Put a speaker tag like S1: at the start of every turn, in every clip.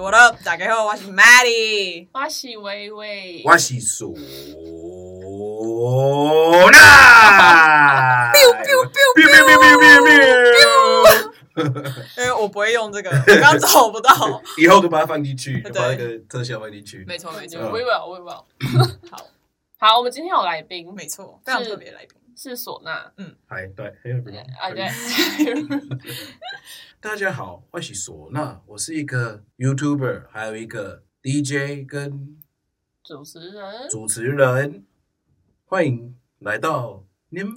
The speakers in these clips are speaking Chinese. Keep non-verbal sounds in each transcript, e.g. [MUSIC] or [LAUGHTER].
S1: 家好，我是 Maddie。
S2: 我是微微，
S3: 我是苏娜。biu biu biu biu biu biu。
S1: 因为我不会用这个，我刚找不到。
S3: 以后就把它放进去，就
S1: 对
S3: 把那个特效放进去。
S1: 没错，没错，
S3: 嗯
S2: We will,
S3: [LAUGHS]
S2: we will。好，好，我们今天有来宾
S1: 没错，非常特别的来宾。
S2: 是唢呐，
S3: 嗨，对，Hey everyone，
S2: 啊
S3: [LAUGHS]
S2: 对，
S3: 大家好，我是唢呐，我是一个 YouTuber，还有一个 DJ 跟
S2: 主持人，
S3: 主持人，欢迎来到 Nim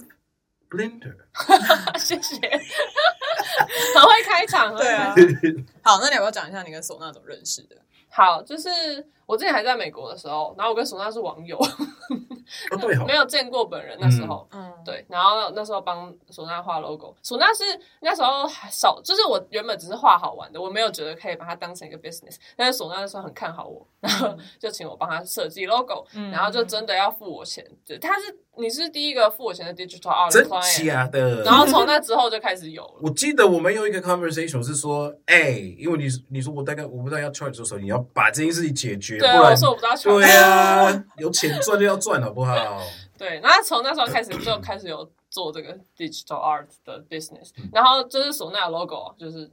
S3: Blender。
S2: [LAUGHS] 谢谢，很会开场，
S1: 对啊
S2: [LAUGHS] 很会开场。
S1: 好，那你要不要讲一下你跟唢呐怎么认识的？
S2: 好，就是我之前还在美国的时候，然后我跟唢呐是网友，
S3: 哦，对
S2: [LAUGHS]
S3: 好
S2: 没，有见过本人那时候。
S1: 嗯，
S2: 对，然后那时候帮唢呐画 logo，唢呐是那时候还少，就是我原本只是画好玩的，我没有觉得可以把它当成一个 business，但是唢呐那时候很看好我，然后就请我帮他设计 logo，
S1: 嗯
S2: 然后就真的要付我钱。对，他是你是第一个付我钱的 digital art
S3: 真
S2: client，
S3: 假的？
S2: 然后从那之后就开始有了。
S3: 我记得我们有一个 conversation 是说，哎、因为你你说我大概我不知道要 charge 多少，你要把这件事情解决，
S2: 对，啊
S1: 啊
S3: 不然
S2: 我说我不知道
S3: 对
S2: charge
S3: 啊，有钱赚就要赚，好不好？
S2: 对，然后从那时候开始就开始有做这个 digital art 的 business，然后就是唢呐的 logo，就是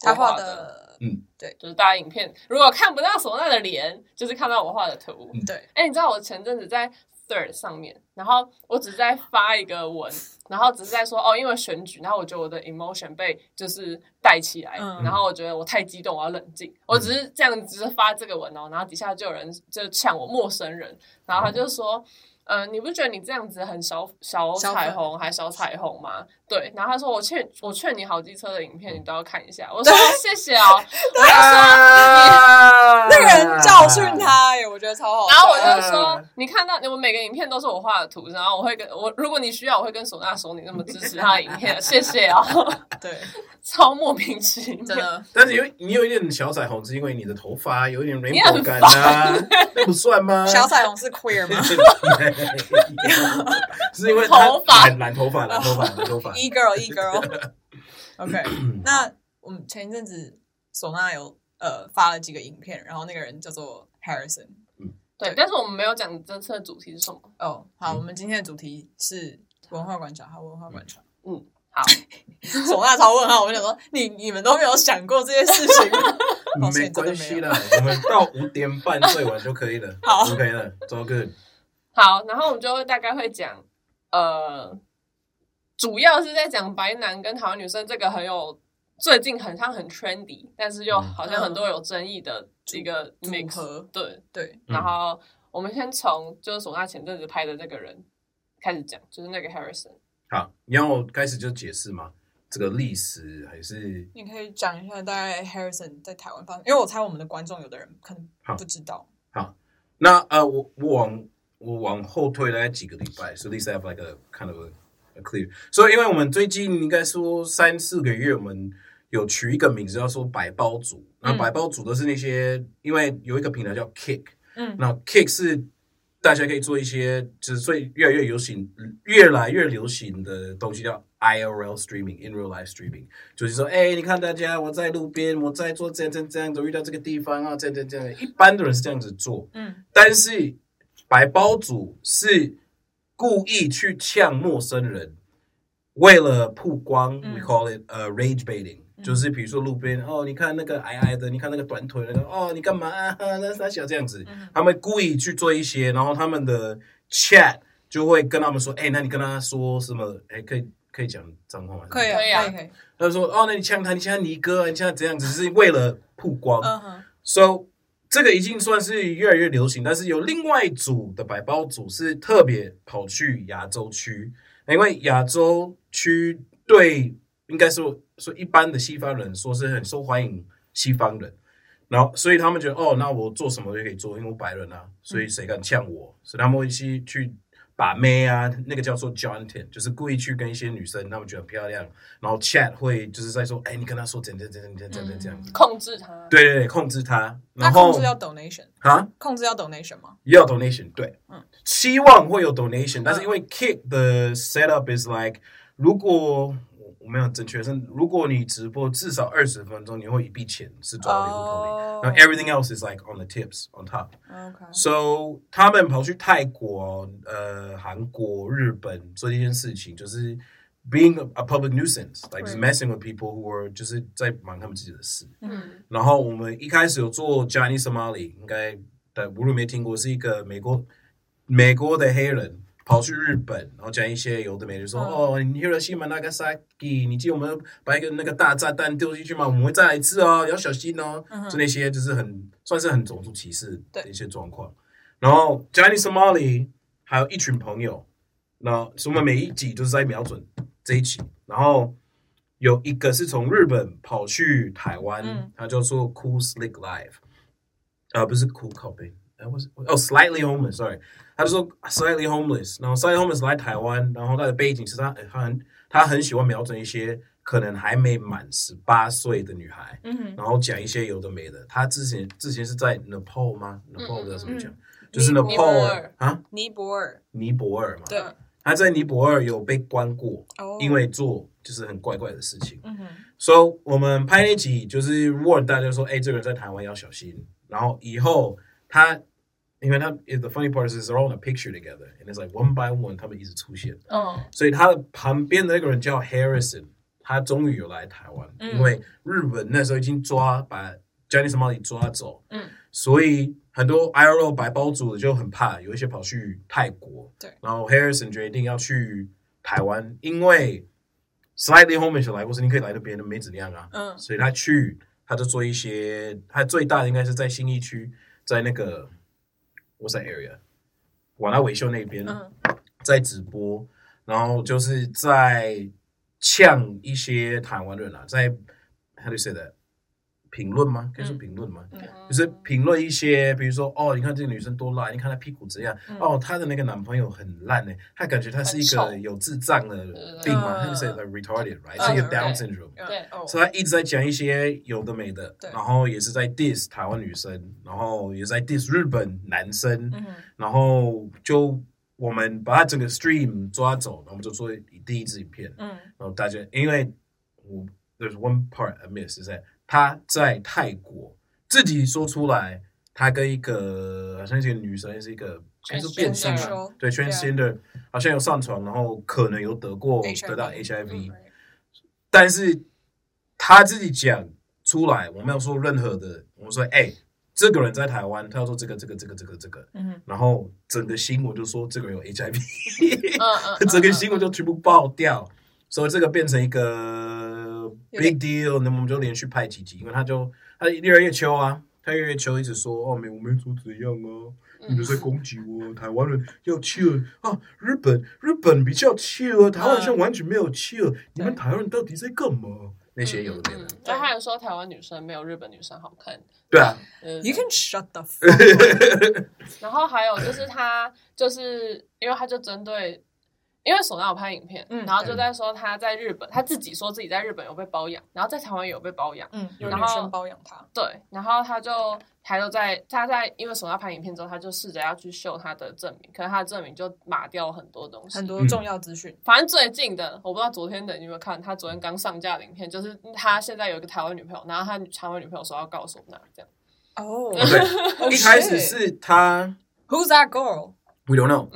S1: 他
S2: 我
S1: 画
S2: 的，
S1: 的，
S2: 就是大家影片如果看不到唢呐的脸，就是看到我画的图。
S1: 对，
S2: 哎、你知道我前阵子在 Third 上面，然后我只是在发一个文，然后只是在说哦，因为选举，然后我觉得我的 emotion 被就是带起来，
S1: 嗯
S2: 然后我觉得我太激动，我要冷静。我只是这样，只是发这个文哦，然后底下就有人就呛我陌生人，然后他就说。嗯、你不觉得你这样子很小小
S1: 小
S2: 彩
S1: 粉
S2: 虹还小彩虹吗？对，然后他说我劝我劝你好机车的影片你都要看一
S1: [LAUGHS]
S2: 下，我说谢谢哦，
S3: 啊
S1: 那个人教训，他耶，我觉得超好笑。啊
S2: 然后我就说
S3: 嗯，
S2: 你看到我每个影片都是我画的图，然后我会跟我，如果你需要，我会跟唢呐手你那么支持他的影片，谢谢啊，
S1: 对，
S2: [LAUGHS] 超莫名其
S1: 真
S2: 妙。
S1: 的，
S3: 但是有你有一点小彩虹，是因为你的头发有一点
S2: 你很
S3: rainbow 感啊，那不算吗？
S1: 小彩虹是 queer
S3: [LAUGHS]
S1: 吗
S3: 是因为他
S2: 头发
S3: 染染头发，染头发，染头发。
S1: ？E girl E girl。OK，那我们前一阵子唢呐有呃发了几个影片，然后那个人叫做 Harrison。
S2: 对，但是我们没有讲这次的主题是什么。
S1: 哦，好，
S3: 嗯
S1: 我们今天的主题是文化观察，好，文化观察。
S2: 嗯，
S1: [LAUGHS]
S2: 好，
S1: 唢呐啊超问号，我想说，你你们都没有想过这些事情吗？抱歉
S3: 没关系
S1: 真的
S3: 啦，我们到五点半最晚就可以了。
S1: 好
S3: ，OK 了，so good。
S2: 好，然后我们就会大概会讲，呃，主要是在讲白男跟台湾女生这个很有最近很像很 trendy，但是又好
S1: 嗯
S2: 像很多有争议的一个
S1: 组
S2: mix，
S1: 合
S2: 对，
S1: 对，
S3: 嗯
S2: 然后我们先从就是唢呐前阵子拍的那个人开始讲，就是那个 Harrison。
S3: 好，你要我开始就解释吗？这个历史还是
S1: 你可以讲一下大概 Harrison 在台湾发生，因为我猜我们的观众有的人可能
S3: 好
S1: 不知道。
S3: 那呃，我我往我往后推大概几个礼拜，so this I have like a kind of a, a clear。所以，因为我们最近应该说三四个月，我们有取一个名字叫说百包组。那
S1: 嗯
S3: 百包组都是那些，因为有一个平台叫 Kick，
S1: 嗯
S3: 那 Kick 是大家可以做一些，就是最越来越流行、越来越流行的东西叫 IRL streaming（in real life streaming），就是说，哎、你看大家，我在路边，我在做这样这样这样的，遇到这个地方啊，这样这样这样的，一般的人是这样子做，
S1: 嗯，
S3: 但是白包组是故意去呛陌生人，为了曝光、
S1: 嗯
S3: w e call it 呃、rage baiting，、就是比如说路边哦，你看那个矮矮的，你看那个短腿那个，哦，你干嘛、啊？那傻小这样子，
S1: 嗯
S3: 他们故意去做一些，然后他们的 chat 就会跟他们说，哎、那你跟他说什么？哎、可以可以讲脏话吗？
S1: 可以啊，
S2: 可以啊
S1: 可以，
S3: 他就说，哦，那你呛他，你呛他尼哥啊，你呛他怎样子，只是为了曝光。
S1: 嗯哼，
S3: So 这个已经算是越来越流行，但是有另外一组的百包组是特别跑去亚洲区，因为亚洲区对应该说说一般的西方人说是很受欢迎西方人，然后所以他们觉得哦，那我做什么都可以做，因为我白人啊，所以谁敢呛我？所以他们会去去把妹啊，那个叫做 Jonathan，就是故意去跟一些女生，他们觉得很漂亮，然后 chat 会就是在说，哎，你跟他说怎样怎样怎样怎样怎样。
S2: 控制他。
S3: 对对对，控制它，
S1: 那
S3: 然
S1: 控
S3: 后
S1: 制要 donation，
S3: 啊
S1: 控制要 donation 吗？
S3: 也有 donation，对，
S1: 嗯
S3: 希望会有 donation，但是因为 Kick 的 setup is like，如果我我没有很正确，是如果你直播至少二十分钟，你会一笔钱是转到你户头里。
S1: 哦
S3: 然后 everything else is like on the tips on top。
S1: OK，
S3: So 他们跑去泰国、呃韩国、日本做这件事情，就是 being a public nuisance，like
S1: 对
S3: just messing with people who are 就是在忙他们自己的事。
S2: 嗯
S3: 然后我们一开始有做 Johnny Somali，应该的无论没听过，是一个美国美国的黑人跑去日本，然后讲一些有的没的，
S1: 嗯
S3: 说、哦，你 Hiroshima Nagasaki，你记得我们把一个那个大炸弹丢进去吗？我们会再来一次哦，要小心哦。
S1: 嗯哼
S3: 就那些就是很算是很种族歧视的
S1: 对
S3: 一些状况。然后 Johnny Somali 还有一群朋友，那我们每一集就是在瞄准这一集，然后有一个是从日本跑去台湾，
S1: 嗯
S3: 他叫做 Cool Slick Live，啊、不是 Cool Copy，哎，我是哦 Slightly Homeless，sorry，他就说 Slightly Homeless，然后 Slightly Homeless 来台湾，然后他的背景是他他很他很喜欢瞄准一些可能还没满十八岁的女孩，
S1: 嗯哼，
S3: 然后讲一些有的没的。他之前之前是在 Nepal 吗？Nepal 不知道怎么讲
S1: 嗯，
S3: 就是
S1: 尼
S2: 尼泊
S3: Nepal
S2: 尔
S3: 啊，
S1: 尼泊尔，嗯
S3: 尼泊尔嘛。
S1: 对，
S3: 他在尼泊尔有被关过，
S1: 哦，
S3: 因，为做就是很怪怪的事情。
S1: 嗯哼，
S3: 所以我们拍那集就是如果大家说，哎，这个人在台湾要小心，然后以后他。因为他，the funny part is they're all in a picture together, and it's like one by one，他们一直出现。
S2: 嗯
S3: 所以他的旁边的那个人叫 Harrison，他终于有来台湾，
S1: 嗯
S3: 因为日本那时候已经抓把 Johnny Somali 抓走，
S2: 嗯，
S3: 所以很多 IRL 白包组就很怕，有一些跑去泰国，
S1: 对
S3: 然后 Harrison 决定要去台湾，因为 Slightly Homeless 来过，是你可以来到别人的没怎样啊，
S1: 嗯
S3: 所以他去他就做一些，他最大的应该是在新义区，在那个 What's that area？瓦拉维秀那边，
S1: 嗯
S3: 在直播，然后就是在呛一些台湾人啊，在 how do you say that 评论吗？可以说评论吗？
S1: 嗯
S3: 就是评论一些，比如说哦，你看这个女生多辣，你看她屁股怎样，
S1: 嗯
S3: 哦，她的那个男朋友很烂呢、她感觉她是一
S2: 很
S3: 个
S2: 丑
S3: 有智障的病嘛，
S1: 嗯
S3: 她就是 retarded，right？
S1: 嗯
S3: 是一个
S1: 对
S3: Down syndrome。
S1: 嗯
S2: 对
S1: 哦，
S3: 所以他一直在讲一些有的没的，
S1: 对
S3: 然后也是在 diss 台湾女生，然后也是在 diss 日本男生，
S1: 嗯哼，
S3: 然后就我们把他整个 stream 抓走，然后我们就做第一支影片，
S1: 嗯
S3: 然后大家因为我 there's one part I miss 是他在泰国自己说出来，他跟一个好像是一个女生是一个还是变性嘛
S1: Transgender
S3: 对 transgender，好像有上床，然后可能有得过
S1: HIV
S3: 得到
S1: 嗯
S3: HIV，、
S1: ，right
S3: 但是他自己讲出来，我没有说任何的，我们说哎、这个人在台湾，他要做这个这个这个这个这个。
S1: 嗯哼，
S3: 然后整个新闻就说这个人
S1: [LAUGHS]
S3: 有 HIV，
S2: 嗯
S3: [LAUGHS]
S2: 嗯，
S3: 整个新闻就全部爆掉，所以这个变成一个
S1: 有
S3: big deal。那么我们就连续拍几集，因为他就他越来越秋啊，他越来越秋，一直说哦没我没说怎样啊，
S2: 嗯
S3: 你们在攻击我，台湾人要 chill 啊，日本日本比较 chill，啊台湾好像完全没有 chill，、你们台湾人到底在干嘛？那些
S2: 嗯
S3: 有的没的，
S2: 但还有说台湾女生没有日本女生好看。
S3: 对啊，
S2: 嗯
S1: ，You can shut the fuck up，
S2: 然后还有就是他就是因为他就针对，因为索娜有拍影片，
S1: 嗯
S2: 然后就在说他在日本，他自己说自己在日本有被包养，然后在台湾也有被包养，
S1: 嗯，有
S2: 然
S1: 女
S2: 后
S1: 生包养他，
S2: 对，然后他就他就在他在因为索娜拍影片之后，他就试着要去秀他的证明，可是他的证明就码掉很多东西，
S1: 很
S3: 嗯
S1: 多重要资讯，
S2: 反正最近的，我不知道昨天的你有没有看，他昨天刚上架的影片，就是他现在有一个台湾女朋友，然后他台湾女朋友说要告诉那这样，
S1: 哦，
S3: [LAUGHS] 对，一开始
S1: shit
S3: 是他。
S1: Who's that girl？
S3: We don't [LAUGHS] know,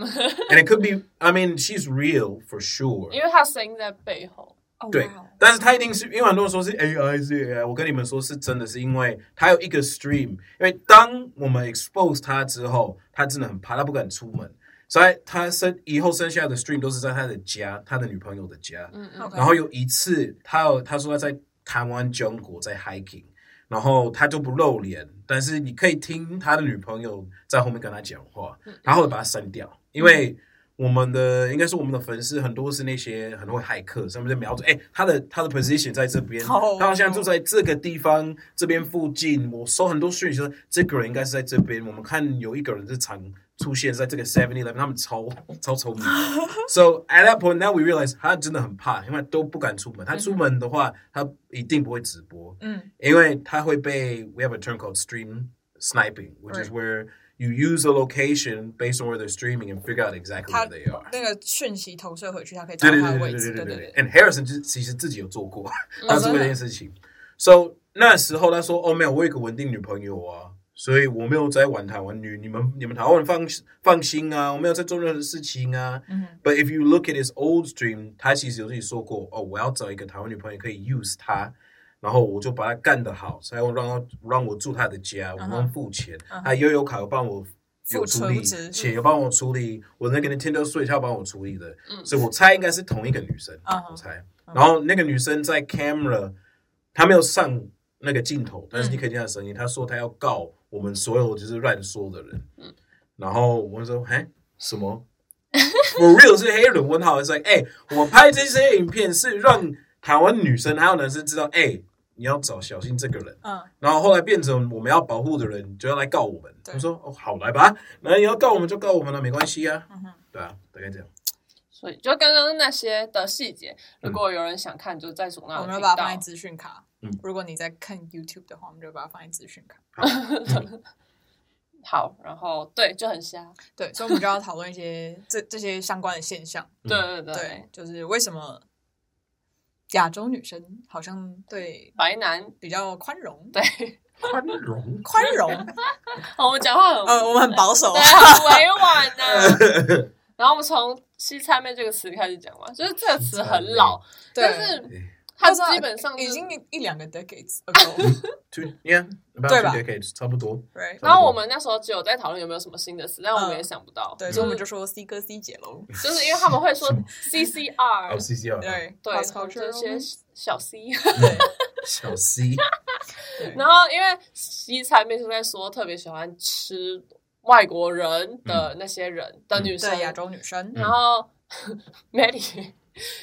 S3: and it could be. I mean, she's real for sure.
S2: 因为他声音在背后，
S1: 哦
S3: 对
S1: 哇哦，
S3: 但是他一定是因为很多人说是 AI 是 AI，我跟你们说是真的，是因为他有一个 stream，因为当我们 expose 他之后，他真的很怕，他不敢出门，所以他生以后生下来的 stream 都是在他的家，他的女朋友的家。
S2: 嗯嗯
S1: OK
S3: 然后有一次，他有他说他在台湾中国在 hiking，然后他就不露脸，但是你可以听他的女朋友在后面跟他讲话，
S1: 嗯
S3: 然后把他删掉，因为我们的应该是我们的粉丝很多是那些很会骇客，他们在瞄准，哎，他的他的 position 在这边，
S1: 哦
S3: 他好像就在这个地方这边附近，我收很多讯息说这个人应该是在这边，我们看有一个人是常。出现在这个 Seven Eleven，他们超超聪明。So at that point, now we realize 他真的很怕，因为都不敢出门。他出门的话，他一定不会直播。
S1: 嗯
S3: 因为它会被 we have a term called stream sniping, which is where you use a location based on where they're streaming and figure out exactly
S1: 他
S3: where they are。
S1: 那个讯息投射回去，他可以找
S3: 对
S1: 到他
S3: 对
S1: 的
S3: 对
S1: 位
S3: 对
S1: 置。
S3: 对
S1: 对
S3: 对哎
S1: 对嗯
S3: 对。And Harrison 就其实自己有做过， [LAUGHS] 他做
S1: 真的
S3: 过这件事情。So 那时候他说：“哦，没有，我有一个稳定女朋友啊，所以我没有在玩台湾女，你们你们台湾人放放心啊，我没有在做任何事情啊。
S1: 嗯
S3: But if you look at his old stream，他其实有自己说过，哦，我要找一个台湾女朋友可以 use 他，然后我就把他干得好，所以我让他让我住他的家，我不用付钱，
S1: 嗯哼
S3: 他悠游卡有帮我。有
S1: 付
S3: 处理
S1: 储，值
S3: 且有帮我处理我那个 Nintendo Switch，他帮我处理的，
S2: 嗯
S3: 所以我猜应该是同一个女生
S1: 嗯哼
S3: 我猜。
S1: 嗯
S3: 然后那个女生在 camera，她没有上那个镜头，但是
S1: 嗯
S3: 你可以听她的声音，她说她要告我们所有就是乱说的人。
S1: 嗯
S3: 然后我就说，哎，什么？For real 是黑人问号，是 like，哎，我拍这些影片是让台湾女生还有男生知道，哎，你要找小心这个人。
S1: 嗯，
S3: 然后后来变成我们要保护的人就要来告我们。
S1: 对
S3: 我说哦，好来吧，那你要告我们就告我们了，没关系啊。
S1: 嗯哼
S3: 对啊，大概这样。
S2: 所以就刚刚那些的细节，如果有人想看，就在唢呐
S1: 我们
S2: 的频
S1: 会把它放在
S2: 道。
S1: 资讯卡。
S3: 嗯
S1: 如果你在看 YouTube 的话，我们就把它放在资讯卡。
S2: 好，然后对，就很瞎。
S1: 对，所以我们就
S3: [LAUGHS]
S1: 要讨论一些这这些相关的现象。
S3: 嗯
S2: 对对对，
S1: 对，就是为什么亚洲女生好像对
S2: 白男
S1: 比较宽容，
S2: 对， [LAUGHS]
S3: 宽容，
S1: 宽 [LAUGHS] 容，
S2: 我们讲话很
S1: 呃，我们很保守
S2: 对，。啊很委婉呐、然后我们从西餐妹这个词开始讲嘛，就是这个词很老，
S1: 对，
S2: 但是
S3: 对
S2: 它基本上就是
S1: 已经一两个 [LAUGHS] decades ago，right？
S3: two yeah about
S1: 对吧
S3: two decades 差不多。
S2: 然后我们那时候只有在讨论有没有什么新的词，但我们也想不到。
S1: 对，所以我们就说 C 哥 C 姐喽。
S2: 就是因为他们
S1: [LAUGHS]
S2: 会说
S3: 什么
S2: CCR，
S3: 哦，C C R
S1: 对，
S2: 对，
S1: cross
S2: 从
S1: cultural
S2: 这些
S1: moments
S2: 小 C。 [LAUGHS]
S3: 小 C
S1: 对
S2: 然后因为西餐妹是在说特别喜欢吃外国人的那些人、的女
S1: 嗯
S2: 生
S1: 对，亚洲女生，
S2: 然后 [LAUGHS] Melly，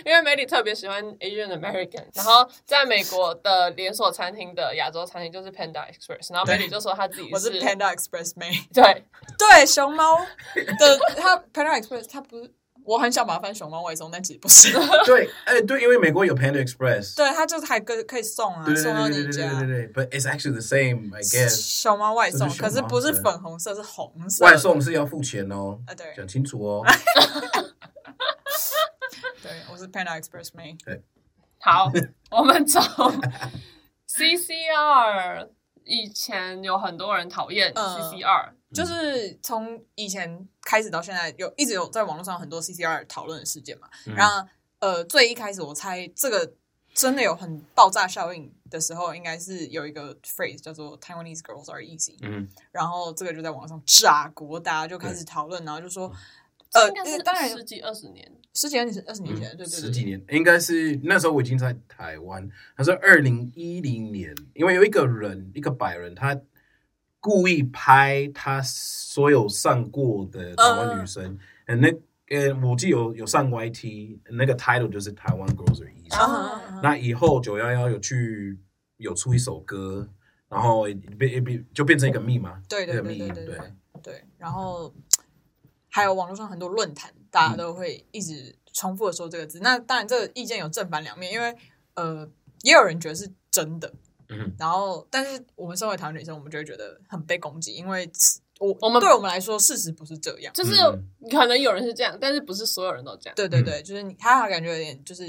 S2: 因为 Melly 特别喜欢 Asian American，然后在美国的连锁餐厅的亚洲餐厅就是 Panda Express，然后
S1: 对
S2: Melly 就说她自己
S1: 我是 Panda Express 妹。
S2: 对
S1: 对，熊猫的它 Panda Express 它不是，我很想把它翻熊猫外送，但其实不是。
S3: 对，哎对，因为美国有 Panda Express，
S1: 对，它就是还可可以送啊，
S3: 对对
S1: 送到
S3: 对
S1: 你
S3: 对对
S1: 家。
S3: 对对对，But it's actually the same I guess。
S1: 熊猫外送，
S3: 这是熊
S1: 可是
S3: 猫
S1: 不是粉红色，是红色的。
S3: 外送是要付钱哦，
S1: 啊，对
S3: 讲清楚
S1: [LAUGHS]
S3: 哦。
S1: 对，我是 Panda Express 妹。
S2: 好，我们从 [LAUGHS] CCR，以前有很多人讨厌
S1: 嗯
S2: CCR，、
S1: 就是从以前开始到现在，有一直有在网络上有很多 CCR 讨论的事件嘛。
S3: 嗯
S1: 然后呃，最一开始我猜这个真的有很爆炸效应的时候，应该是有一个 phrase 叫做 Taiwanese girls are easy，
S3: 嗯，
S1: 然后这个就在网上炸锅，大家就开始讨论，然后就
S3: 嗯
S1: 说。
S2: 这
S1: 呃
S2: 应该，
S1: 这当然
S2: 是十几二十年，
S1: 十几年前、二十年
S3: 嗯
S1: 前，对对对，
S3: 十几年，应该是那时候我已经在台湾，他说二零一零年，因为有一个人，一个白人，他故意拍他所有上过的台湾女生，嗯，那呃，我记得有有上 YT，那个 title 就是台湾 Girls Are Easy。
S1: 啊哈啊哈
S3: 那以后九幺幺有去有出一首歌，然后变变就变成一个密码，
S1: 哦对对
S3: 一个
S1: 对对
S3: meme，
S1: 对
S3: 对
S1: 对对，然后还有网络上很多论坛，大
S3: 嗯
S1: 家都会一直重复的说这个字。那当然，这个意见有正反两面，因为呃，也有人觉得是真的，
S3: 嗯哼
S1: 然后但是我们身为台湾女生，我们就会觉得很被攻击，因为此我
S2: 我们
S1: 对我们来说，事实不是这样。
S2: 就是
S3: 嗯
S2: 可能有人是这样，但是不是所有人都这样。
S1: 对对对，就是你，他感觉有点就是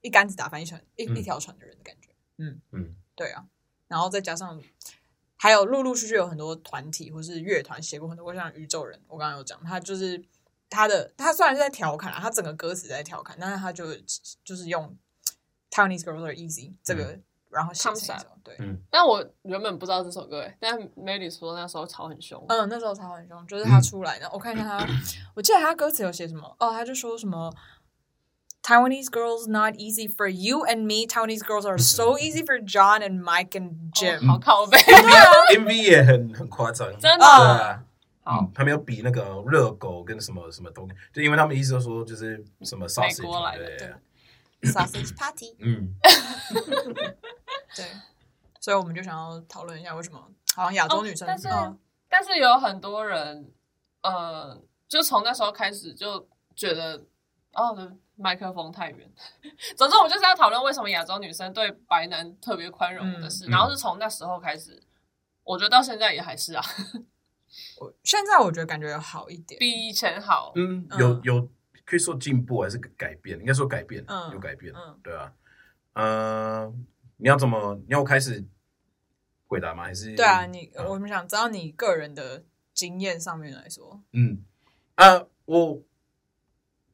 S1: 一竿子打翻一船一、
S3: 嗯
S1: 一条船的人的感觉。嗯
S3: 嗯，
S1: 对啊，然后再加上还有陆陆续续有很多团体或是乐团写过很多歌，像宇宙人，我刚刚有讲，他就是他的他虽然是在调侃啊，他整个歌词在调侃，但是他就就是用 Taiwanese girls are easy 这个，然后写成一
S2: Concept
S1: 首对。
S3: 嗯
S2: 但我原本不知道这首歌，欸但 Melly 说那时候吵很凶。
S1: 嗯，那时候他很凶，就是他出来的。我看一下他，我记得他歌词有写什么哦，他就说什么 Taiwanese girls not easy for you and me, Taiwanese girls are so easy for John and Mike and
S2: 哦
S1: Jim。
S2: 好靠背， [LAUGHS]
S1: [LAUGHS]
S3: MV 也很很夸张，对
S2: 真
S1: 啊
S2: 的。
S3: 啊。
S2: 好
S3: 嗯，他们要比那个热狗跟什么什么东西，就因为他们一直都说就是什么 sausage，
S2: 美国来的
S3: 对
S1: 对 Sausage Party，
S3: 嗯，
S1: 对，所以我们就想要讨论一下为什么好像亚洲女生，
S2: 哦但是、
S1: 嗯
S2: 但是有很多人，呃，就从那时候开始就觉得，哦，麦克风太远。 [LAUGHS] 总之，我们就是要讨论为什么亚洲女生对白男特别宽容的事，
S3: 嗯
S2: 然后是从那时候开始，我觉得到现在也还是啊。 [LAUGHS]
S1: 我现在我觉得感觉有好一点，
S2: 比以前好。
S3: 嗯，
S1: 嗯
S3: 有有可以说进步还是改变，应该说改变，
S1: 嗯
S3: 有改变，
S1: 嗯
S3: 对啊，呃，你要怎么？你要开始回答吗？还是
S1: 对啊，你
S3: 嗯
S1: 我们想知道你个人的经验上面来说，
S3: 嗯啊，我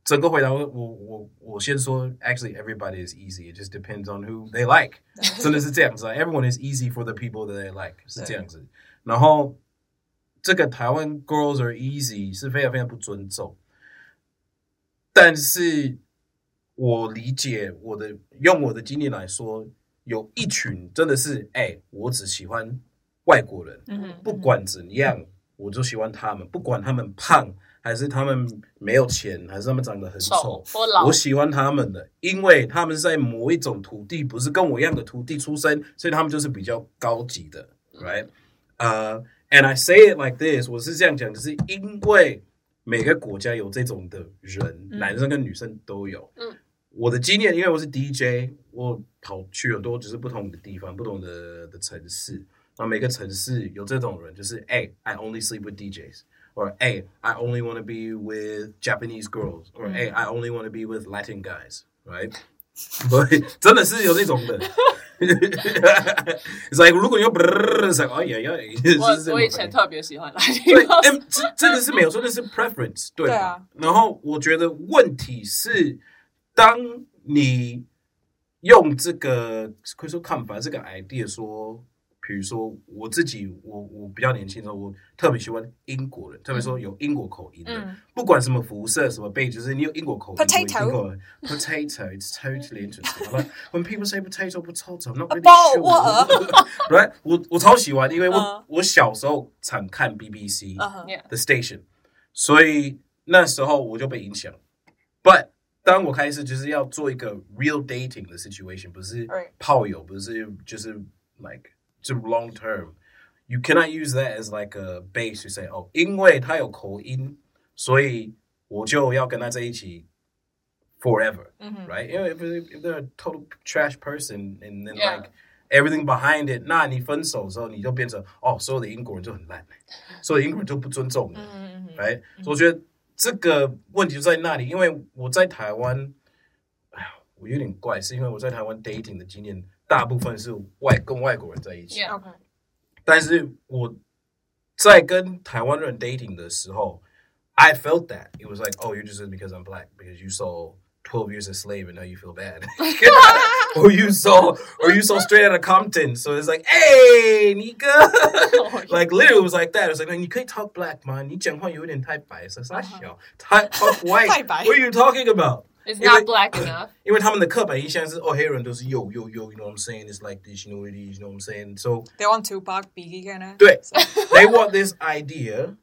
S3: 整个回答我我我我先说，actually everybody is easy. It just depends on who they like. 真的是这样子啊，everyone is easy for the people that they like 是这样子。然后这个台湾 girls are easy 是非常非常不尊重，但是我理解我的用我的经历来说，有一群真的是哎、我只喜欢外国人。
S1: 嗯
S3: 不管怎样，我就喜欢他们，不管他们胖还是他们没有钱，还是他们长得很
S2: 丑
S3: 丑，
S2: 或老
S3: 我，喜欢他们的，因为他们是在某一种土地，不是跟我一样的土地出生，所以他们就是比较高级的，right？呃、a n d I say it like this，我是这样讲，就是因为每个国家有这种的人，
S1: 嗯
S3: 男生跟女生都有。
S2: 嗯，
S3: 我的经验，因为我是 DJ，我跑去很多就是不同的地方、不同的的城市，那每个城市有这种人，就是哎、i only sleep with DJs。or hey, I only want to be with Japanese girls, or hey, I only want to be with Latin guys, right? [LAUGHS] 所以真的是有
S2: [LAUGHS]
S3: 这种的。It's like 如果你又 it's like 哎呀呀，就是这
S2: 我
S3: 种
S2: 我以前
S3: 感觉
S2: 特别喜欢来
S3: 对，
S2: 听
S3: 哎、这这个是没有错，那是 preference，对
S1: 对
S3: 吧
S1: 啊
S3: 然后我觉得问题是，当你用这个可以说看法这个 idea 说，比如说我自己，我我比较年轻的时候，我特别喜欢英国人，特别说有英国口音的，
S1: 嗯
S3: 不管什么辐射什么背，就是你有英国口音
S1: Potato
S3: 我一定会 potato，it's totally interesting。Like, when people say potato potato，I'm not really
S1: 包
S3: sure
S1: 我鹅
S3: [LAUGHS] right？我我超喜欢，因为我、
S1: 嗯
S3: 我小时候常看 BBC
S1: 嗯哼
S2: Yeah
S3: the station，所以那时候我就被影响。But 当我开始就是要做一个 real dating 的 situation，不是
S1: Right
S3: 炮友，不是就是 like 就 long term。You cannot use that as like a base to say 哦，因为他有口音，所以我就要跟他在一起 forever。
S1: 嗯哼
S3: right? You know, if, if they're a total trash person and then
S2: Yeah.
S3: like everything behind it, 那你分手之后你就变成哦，所有的英国人就很烂，所有的英国人就不尊重你、
S1: 嗯嗯嗯
S3: r i g h t 所以我觉得这个问题就在那里，因为我在台湾，哎呀，我有点怪，是因为我在台湾 dating 的经验大部分是外跟外国人在
S2: [LAUGHS]
S3: 一起。
S2: Yeah
S1: ，OK，
S3: 但是我在跟台湾人 dating 的时候，I felt that it was like, oh, you're just because I'm black because you saw twelve years a slave and now you feel bad, [LAUGHS] or you saw or you saw straight out of Compton, so it's like, hey, [LAUGHS] Nika. Like literally, it was like that. It was like, 你可以 talk black 吗？你讲话有点太白，傻傻小，太 talk white.
S1: 太白。
S3: What are you talking about?
S2: It's
S3: 因为
S2: not black enough。
S3: Oh, 因为他们的刻板印象是哦，黑人都是 yo yo yo, you know what I'm saying? It's like this, you know what it is, you know what I'm saying? So
S1: They want to bug big again.
S3: 对 they want this idea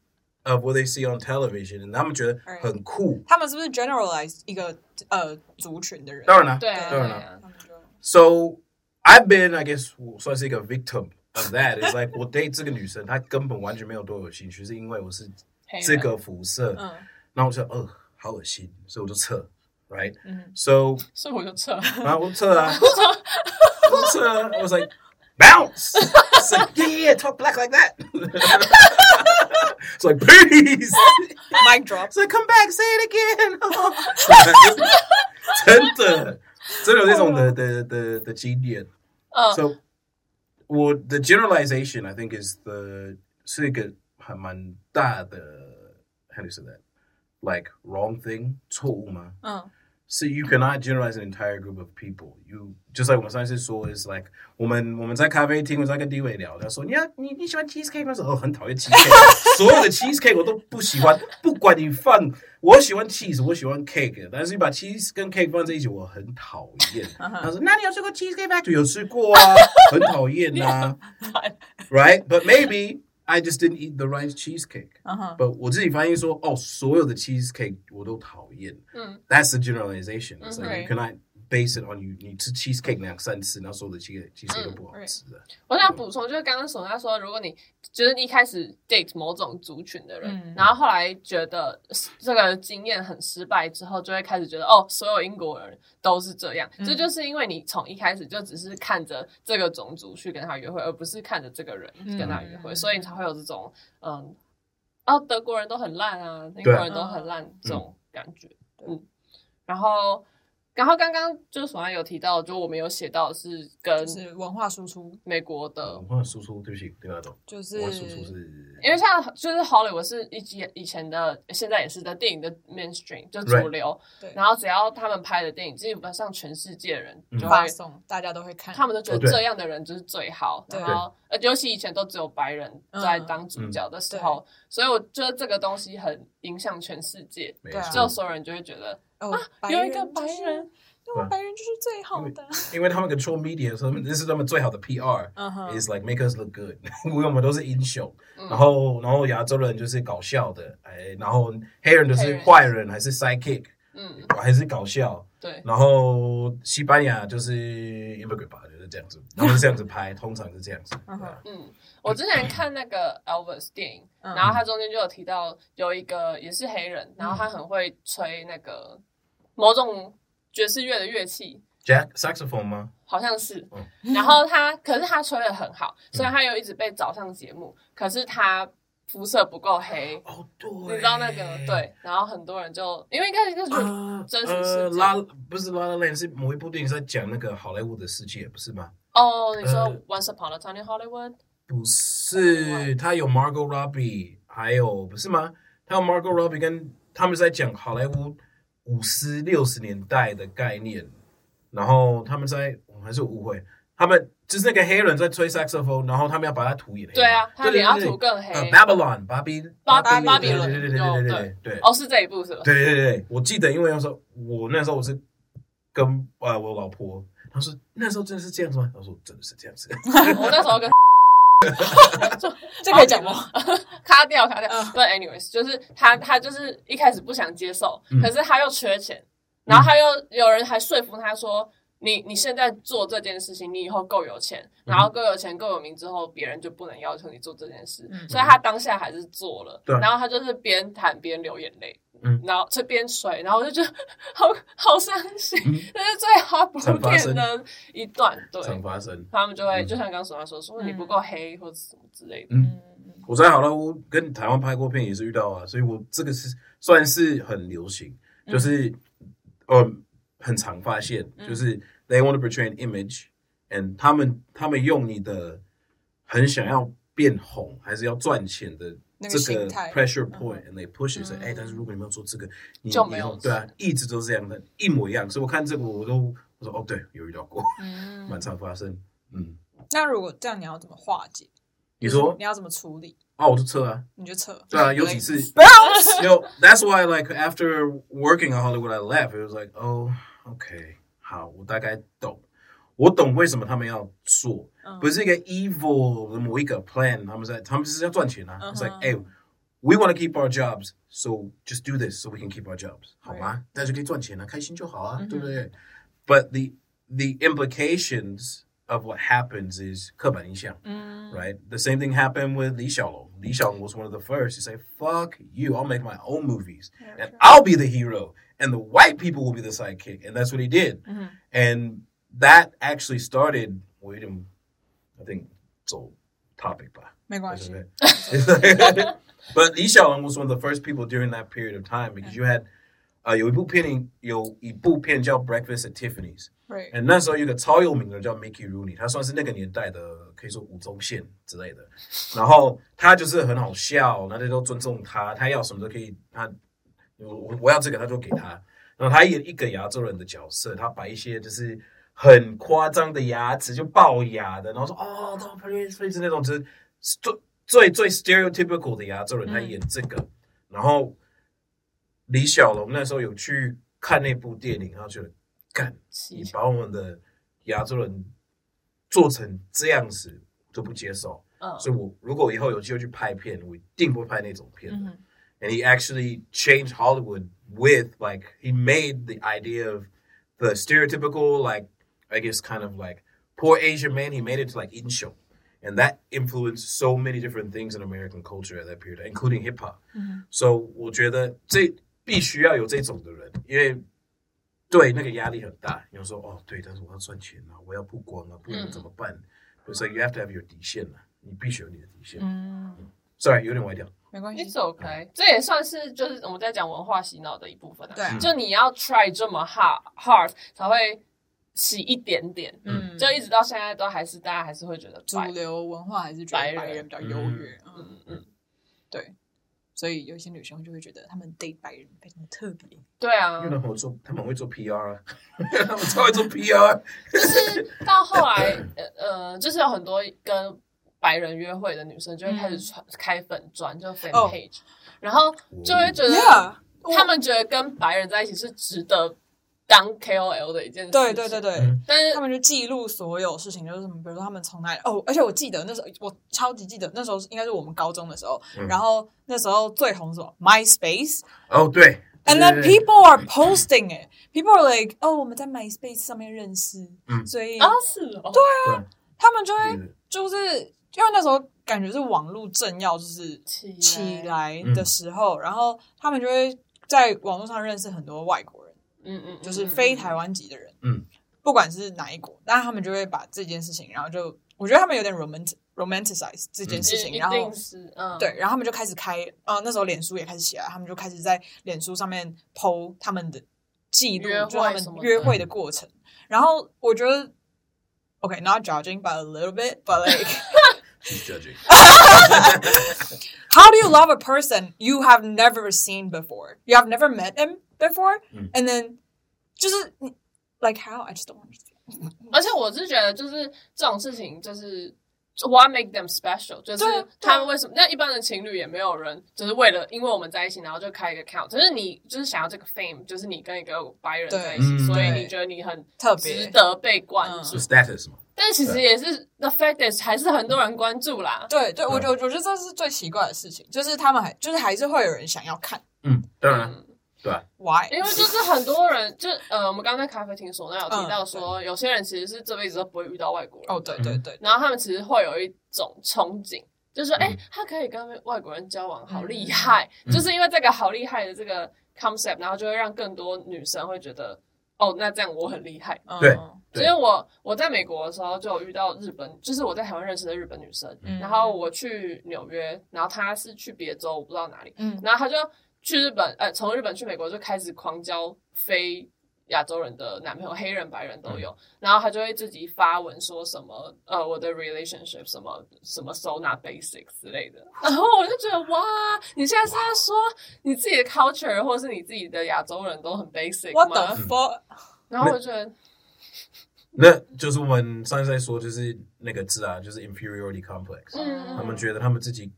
S3: of what they see on television, and 他们觉得很酷。
S1: 他们是不是 generalize 一个呃族群的人？
S3: 当然了，
S2: 对啊，
S3: 当
S2: 对
S3: 然
S2: 啊
S3: 了。
S1: 他们就
S3: So I've been, I guess，我算是一个 victim of that. It's like 我 date 这个女生，她根本完全没有对我有兴趣，是因为我是
S2: 黑人
S3: 这个辐射。
S1: 嗯
S3: 然后我说，呃，好恶心，所以我就撤，right？
S1: 嗯
S3: So
S2: 所以我就 [LAUGHS]
S3: [LAUGHS]
S2: 撤了。
S3: 然后我撤啊，我撤啊，I was like bounce. It's like yeah, yeah, talk black like that. It's like peace.
S1: ，mic drop，
S3: It's like come back, say it [LAUGHS] again. 真的，真的有这种的的的的经验。
S2: 嗯
S3: So 我的 generalization I think is the 是一个还蛮大的 how do you say that like wrong thing 错误吗？
S1: 嗯
S3: So you cannot generalize an entire group of people. You just like 我们上一次说，is like 我们我们在咖啡厅，我在跟 D 伟聊，他说你要你你喜欢 cheesecake 吗？我说哦，很讨厌 cheesecake，所有的 cheesecake 我都不喜欢，不管你放，我喜欢 cheese，我喜欢 cake，但是你把 cheese 跟 cake 放在一起，我很讨厌。他说那你有吃过 cheesecake factory？有吃过啊，很讨厌呐、Right？But maybe I just didn't eat the right cheesecake.
S1: 嗯哼，
S3: But 我自己发现说，哦，所有的 cheesecake 我都讨厌。
S2: 嗯
S3: ，That's the generalization. It's like
S1: Right.
S3: you cannot base it on you. 你吃 cheesecake 两三次，然后所有的 cheese cheesecake 都不好吃的。
S2: 我想补充，就是刚刚索娜说，如果你就是一开始 date 某种族群的人，
S1: 嗯
S2: 然后后来觉得这个经验很失败之后，就会开始觉得哦，所有英国人都是这样。
S1: 嗯
S2: 这就是因为你从一开始就只是看着这个种族去跟他约会，而不是看着这个人跟他约会，
S1: 嗯
S2: 所以你才会有这种嗯哦，德国人都很烂啊，英
S3: 对
S2: 国
S3: 啊
S2: 人都很烂，这种感觉。嗯，然后，然后刚刚就是索安有提到，就我们有写到是
S1: 就
S2: 跟
S1: 是文化输出，
S2: 美国的
S3: 文化输出，对不起，对不起，
S1: 就是
S3: 文化输出是
S2: 因为像就是 Hollywood 是以前以前的，现在也是的电影的 mainstream 就主流。
S1: 对
S2: 然后只要他们拍的电影，基本上全世界人
S3: 嗯
S2: 就会
S1: 发，送，大家都会看。
S2: 他们都觉
S3: 哦
S2: 得
S3: 对
S2: 这样的人就是最好。
S1: 对嗯
S2: 然后呃，尤其以前都只有白人在当主
S3: 嗯
S2: 角的时候，所以我觉得这个东西很影响全世界。
S3: 没
S1: 对啊
S2: 之后
S3: 错，
S2: 所有人就会觉得
S1: 哦
S2: 啊，
S1: 白
S2: 有
S1: 人
S2: 一个
S1: 就
S2: 白
S1: 是，
S2: 人，
S1: 因为白人就是最好的。
S3: 因为他们 control media，所以他们这是他们最好的 PR。
S1: 嗯哼，
S3: is like make us look good，因 [LAUGHS] 为我们都是英雄，
S2: 嗯
S3: 然后然后亚洲人就是搞笑的，哎，然后黑人就是
S2: 黑人
S3: 坏人还是 sidekick，
S2: 嗯，
S3: 还是搞笑，
S2: 对，
S3: 然后西班牙就是 immigrant 吧，就是这样子，他们是这样子拍，通常是这样子。
S1: 嗯哼
S3: 对啊
S2: 嗯，我之前看那个 Elvis 电影，
S1: 嗯
S2: 然后他中间就有提到有一个也是黑人，然后他很会吹那个某种爵士乐的乐器，
S3: Jack saxophone 吗？
S2: 好像是
S3: 嗯。
S2: 然后他可是他吹的很好，虽然他有一直被找上节目，可是他肤色不够黑，
S3: 哦，对，
S2: 你
S3: 你
S2: 知道那个对，然后很多人就因为一开始就是
S3: 啊，
S2: 真实事
S3: 呃，
S2: 件
S3: 拉不是拉拉 land 是某一部电影是在讲那个好莱坞的世界，不是吗？
S2: 哦，你说
S3: 呃
S2: Once Upon a Time in Hollywood，
S3: 不是，他有 Margot Robbie，还有不是吗？他有 Margot Robbie 跟他们是在讲好莱坞五十六十年代的概念，然后他们在我们还是有误会，他们就是那个黑人在吹 saxophone，然后他们要把他涂眼黑嘛，
S2: 对啊，他
S3: 对
S2: 脸要
S3: 对对
S2: 涂更黑
S3: 呃。Babylon 芭比
S2: 巴
S1: 巴
S2: 比伦
S3: 对对对对对
S2: 就
S3: 对对
S2: 哦，是这一部是吧？
S3: 对对对，我记得，因为那时候我那时候我是跟呃我老婆，她说那时候真的是这样子吗？她说真的是这样子。
S2: [LAUGHS] 我那时候跟
S1: 这可以讲吗？
S2: 卡掉卡掉。
S1: 嗯
S2: But anyways，就是他他就是一开始不想接受，
S3: 嗯
S2: 可是他又缺钱，然后他又有人还说服他说。你你现在做这件事情，你以后够有钱，
S3: 嗯
S2: 然后够有钱、够有名之后，别人就不能要求你做这件事，
S1: 嗯
S2: 所以他当下还是做了。
S3: 对
S2: 然后他就是边弹边流眼泪，
S3: 嗯
S2: 然后这边水，然后我就觉得好 [LAUGHS] 好伤心，
S3: 嗯
S2: 这是最好不
S3: 常发
S2: 变
S3: 生
S2: 的一段。对，
S3: 常发生。
S2: 他们就会、
S3: 嗯
S2: 就像刚刚所说，说你
S1: 嗯
S2: 不够黑或者什么之类的。
S3: 嗯
S1: 嗯
S3: 我在好莱坞跟台湾拍过片也是遇到啊，所以我这个是算是很流行，就是呃很常发现，
S1: 嗯
S3: 就是 they want to portray an image，and 他们他们用你的很想要变红还是要赚钱的
S1: 那个
S3: 这
S1: 心
S3: 个
S1: 态
S3: pressure point，and they push it，说
S1: 嗯
S3: 哎，但是如果你没有做这个，你
S2: 就没有
S3: 以后对啊，一直都是这样的，一模一样。所以我看这个我都我说哦，对，有遇到过，蛮
S1: 嗯，
S3: 常发生。嗯，
S1: 那如果这样，你要怎么化解？
S3: 你说
S1: 你要怎么处理？
S3: 啊，我就撤啊，
S1: 你就撤。
S3: 对啊，有几次。
S1: 不要
S3: Yo, that's why like after working on Hollywood, I left. It was like, oh, okay, 好，我大概懂，我懂为什么他们要做，
S1: 嗯
S3: 不是一个 evil 的某一个 plan，他们在，他们就是要赚钱啊。
S1: 嗯哼
S3: It's like, hey, we want to keep our jobs, so just do this so we can keep our jobs，好吗？那就可以赚钱啊，开心就好啊，
S1: 嗯哼
S3: 对不对？But the the implications of what happens is 刻板印象。
S1: 嗯，
S3: right? The same thing happened with Lee Xiaolong. Lee Xiaolong was one of the first to say, "Fuck you! I'll make my own movies, and I'll be the hero, and the white people will be the sidekick." And that's what he did.
S1: Mhm.
S3: And that actually started. We didn't. I think it's all topic, but
S1: 没关
S3: that's
S1: 系
S3: all。right. [LAUGHS] but Lee Xiaolong was one of the first people during that period of time because you had. Uh, 有一部片，有一部片叫《Breakfast at Tiffany's》，
S1: 对，
S3: [LAUGHS] 嗯，那时候有一个超有名的人叫 Mickey Rooney，他算是那个年代的可以说吴宗宪之类的。然后他就是很好笑，大家都尊重他，他要什么都可以，他我我我要这个他就给他。然后他演一个亚洲人的角色，他把一些就是很夸张的牙齿就龅牙的，然后说哦，他 please please 那种就是最最最 stereotypical 的亚洲人，他演这个。然后李小龙那时候有去看那部电影，他觉得干。你把我们的亚洲人做成这样子都不接受，
S2: 嗯
S3: 所以我如果以后有机会去拍片，我一定不会拍那种片的。
S1: 嗯
S3: And he actually changed Hollywood with like he made the idea of the stereotypical like I guess kind of like poor Asian man. He made it to like in show. And that influenced so many different things in American culture at that period, including hip hop.
S2: Mm-hmm.
S1: 嗯
S3: So 我觉得这必须要有这种的人，因为对那个压力很大。有时候哦，对，但是我要赚钱啊，我要曝光啊，不然
S2: 嗯
S3: 怎么办？所以 you have to have your 底线啊，你必须有你的底线。
S1: 嗯，
S3: ，sorry，有点歪掉。
S1: 没关系
S2: 你。走开，这也算是就是我们在讲文化洗脑的一部分啊。
S1: 对啊
S2: 就你要 try 这么 hard hard 才会洗一点点，
S1: 嗯，
S2: 就一直到现在都还是大家还是会觉得
S1: 主
S2: 白。
S1: 流文化还是觉得白人比较优越，嗯，
S2: 嗯嗯，
S1: 对，所以有些女生就会觉得他们 date 白人非常的特别，
S2: 对啊
S3: 越，南我做，他们很会做 PR 啊，他们超会做 PR。
S2: 就是到后来，呃呃，就是有很多跟白人约会的女生就会开始传、开粉砖，就 fan
S1: 哦
S2: page，、然后就会觉得
S1: Yeah，
S2: 他们觉得跟白人在一起是值得当 KOL 的一件事情。
S1: 对对对，对
S3: 嗯。
S2: 但是
S1: 他们就记录所有事情，就是什么，比如说他们从哪里哦，而且我记得那时候我超级记得那时候应该是我们高中的时候，
S3: 嗯
S1: 然后那时候最红是什么 MySpace，
S3: 哦，对。
S1: And then
S3: 对对对
S1: people are posting it. [LAUGHS] People are like, 哦，我们在 MySpace 上面认识，
S3: 嗯
S1: 所以
S2: 啊是哦，对，
S1: 他们就
S3: 对
S1: 会
S3: 对对
S1: 就是因为那时候感觉是网络正要就是
S2: 起
S1: 起
S2: 来，
S1: 来的时候，然后他们就会在网络上认识很多外国人，
S2: 嗯嗯，
S1: 就是非
S2: 湾。
S1: 台湾籍的人，
S3: 嗯，
S1: 不管是哪一国，但他们就会把这件事情，然后就我觉得他们有点 romantic romanticize 这件事情，
S2: 嗯一
S1: 然后
S2: 定是嗯，
S1: 对，，然后他们就开始开，呃，那时候脸书也开始起来，他们就开始在脸书上面 PO 他们的记录，
S2: 约
S1: 就是他
S2: 会什
S1: 们
S2: 么的
S1: 约会的过程。然后我觉得，OK，not、judging but a little bit, but like [LAUGHS]
S3: He's judging.
S1: how do you love a person you have never seen before? You have never met him before,
S3: 嗯
S1: and then 就是你 like how I just don't understand.
S2: 而且我是觉得就是这种事情就是。What make them special？就是
S1: 对啊
S2: 他们为什么？那一般的情侣也没有人，就是为了因为我们在一起，然后就开一个 count。就是你就是想要这个 fame，就是你跟一个白人在一起，
S3: 对
S2: 所以
S1: 嗯
S2: 你觉得你很
S1: 特
S2: 值
S1: 别嗯
S2: 得被关注。
S3: 是 status 嘛？
S2: 但其实也是 the fact is，还是很多人关注啦。
S1: 对对，我觉得我觉得这是最奇怪的事情，就是他们还就是还是会有人想要看
S3: 嗯，当然，
S2: 嗯，
S3: 对啊，
S1: why，
S2: 因为就是很多人，就呃，我们刚刚在咖啡厅所那有提到说，有些人其实是这辈子都不会遇到外国人。
S1: 嗯哦对对对，
S2: 然后他们其实会有一种憧憬，就是说，
S3: 嗯
S2: 哎、他可以跟外国人交往，好厉
S1: 嗯
S2: 害！
S3: 嗯
S2: 就是因为这个好厉害的这个 concept，然后就会让更多女生会觉得，哦，那这样我很厉害。
S1: 嗯
S3: 对
S2: 因
S3: 对
S2: 为我我在美国的时候就有遇到日本，就是我在台湾认识的日本女生，
S1: 嗯
S2: 然后我去纽约，然后她是去别州，我不知道哪里，
S1: 嗯
S2: 然后她就去日本，呃，从日本去美国就开始狂交非亚洲人的男朋友，黑人、白人都有，然后她就会自己发文说什么，呃，我的 relationship 什么什么 so not basic 之类的，然后我就觉得哇，你现在是在说你自己的 culture 或是你自己的亚洲人都很 basic
S1: What
S2: 吗
S1: the？fuck？
S2: 然后我就觉得。
S3: 那就是我们上次在说，就是那个字啊，就是 inferiority complex，
S2: 嗯
S3: 他们觉得他们自己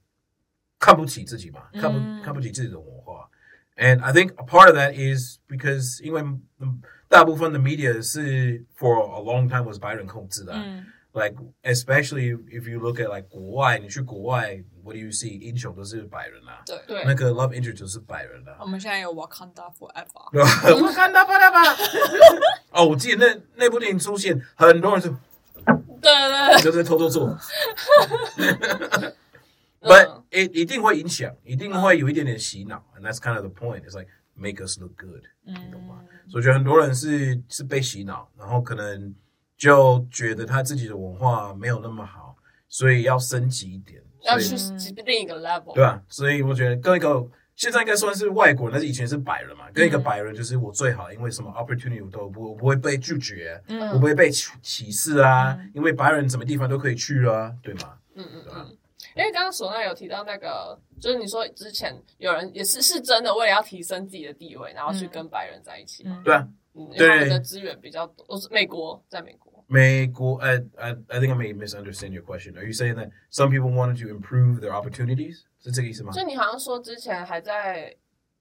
S3: 看不起自己嘛，看不
S1: 嗯
S3: 看不起自己的文化。And I think a part of that is because 因为嗯大部分的 media 是 for a long time was 白人控制的啊、
S1: 嗯
S3: like especially if you look at like 国外，你去国外，what do you see？英雄都是白人啊，
S1: 对，
S2: 对，
S3: 那个 love interest 就是白人
S1: [LAUGHS]
S3: 啊
S1: 我。们现在有 Wakanda Forever。
S3: 对吧？我看到巴拉巴拉。哦，我记得那那部电影出现，很多人 [LAUGHS] 就
S2: 对对对，
S3: 就在偷偷做。
S2: 嗯
S3: But it 一定会影响，一定会有一点点洗脑，and that's kind of the point. It's like make us look good，、你懂吗？
S2: 嗯
S3: 所以我觉得很多人是是被洗脑，然后可能就觉得他自己的文化没有那么好，所以要升级一点，
S2: 要
S3: 所以
S2: 去另一个 level。
S3: 对吧、所以我觉得跟一个现在应该算是外国人，但是以前是白人嘛，跟一个
S2: 嗯
S3: 白人就是我最好，因为什么 opportunity 我都不我不会被拒绝，
S2: 嗯
S3: 我不会被歧歧视啊，因为白人什么地方都可以去啊，对吗？
S2: 嗯嗯
S3: 对吧、
S2: 嗯。因为刚刚索娜有提到那个，就是你说之前有人也是是真的为了要提升自己的地位，然后去跟白人在一起嘛，
S3: 对啊，
S2: 嗯，因为
S3: 对
S2: 他们的资源比较多，都是美国，在美国，
S3: 美国，I I I think I may misunderstand your question. Are you saying that some people wanted to improve their opportunities？是这个意思吗
S2: 就你好像说之前还在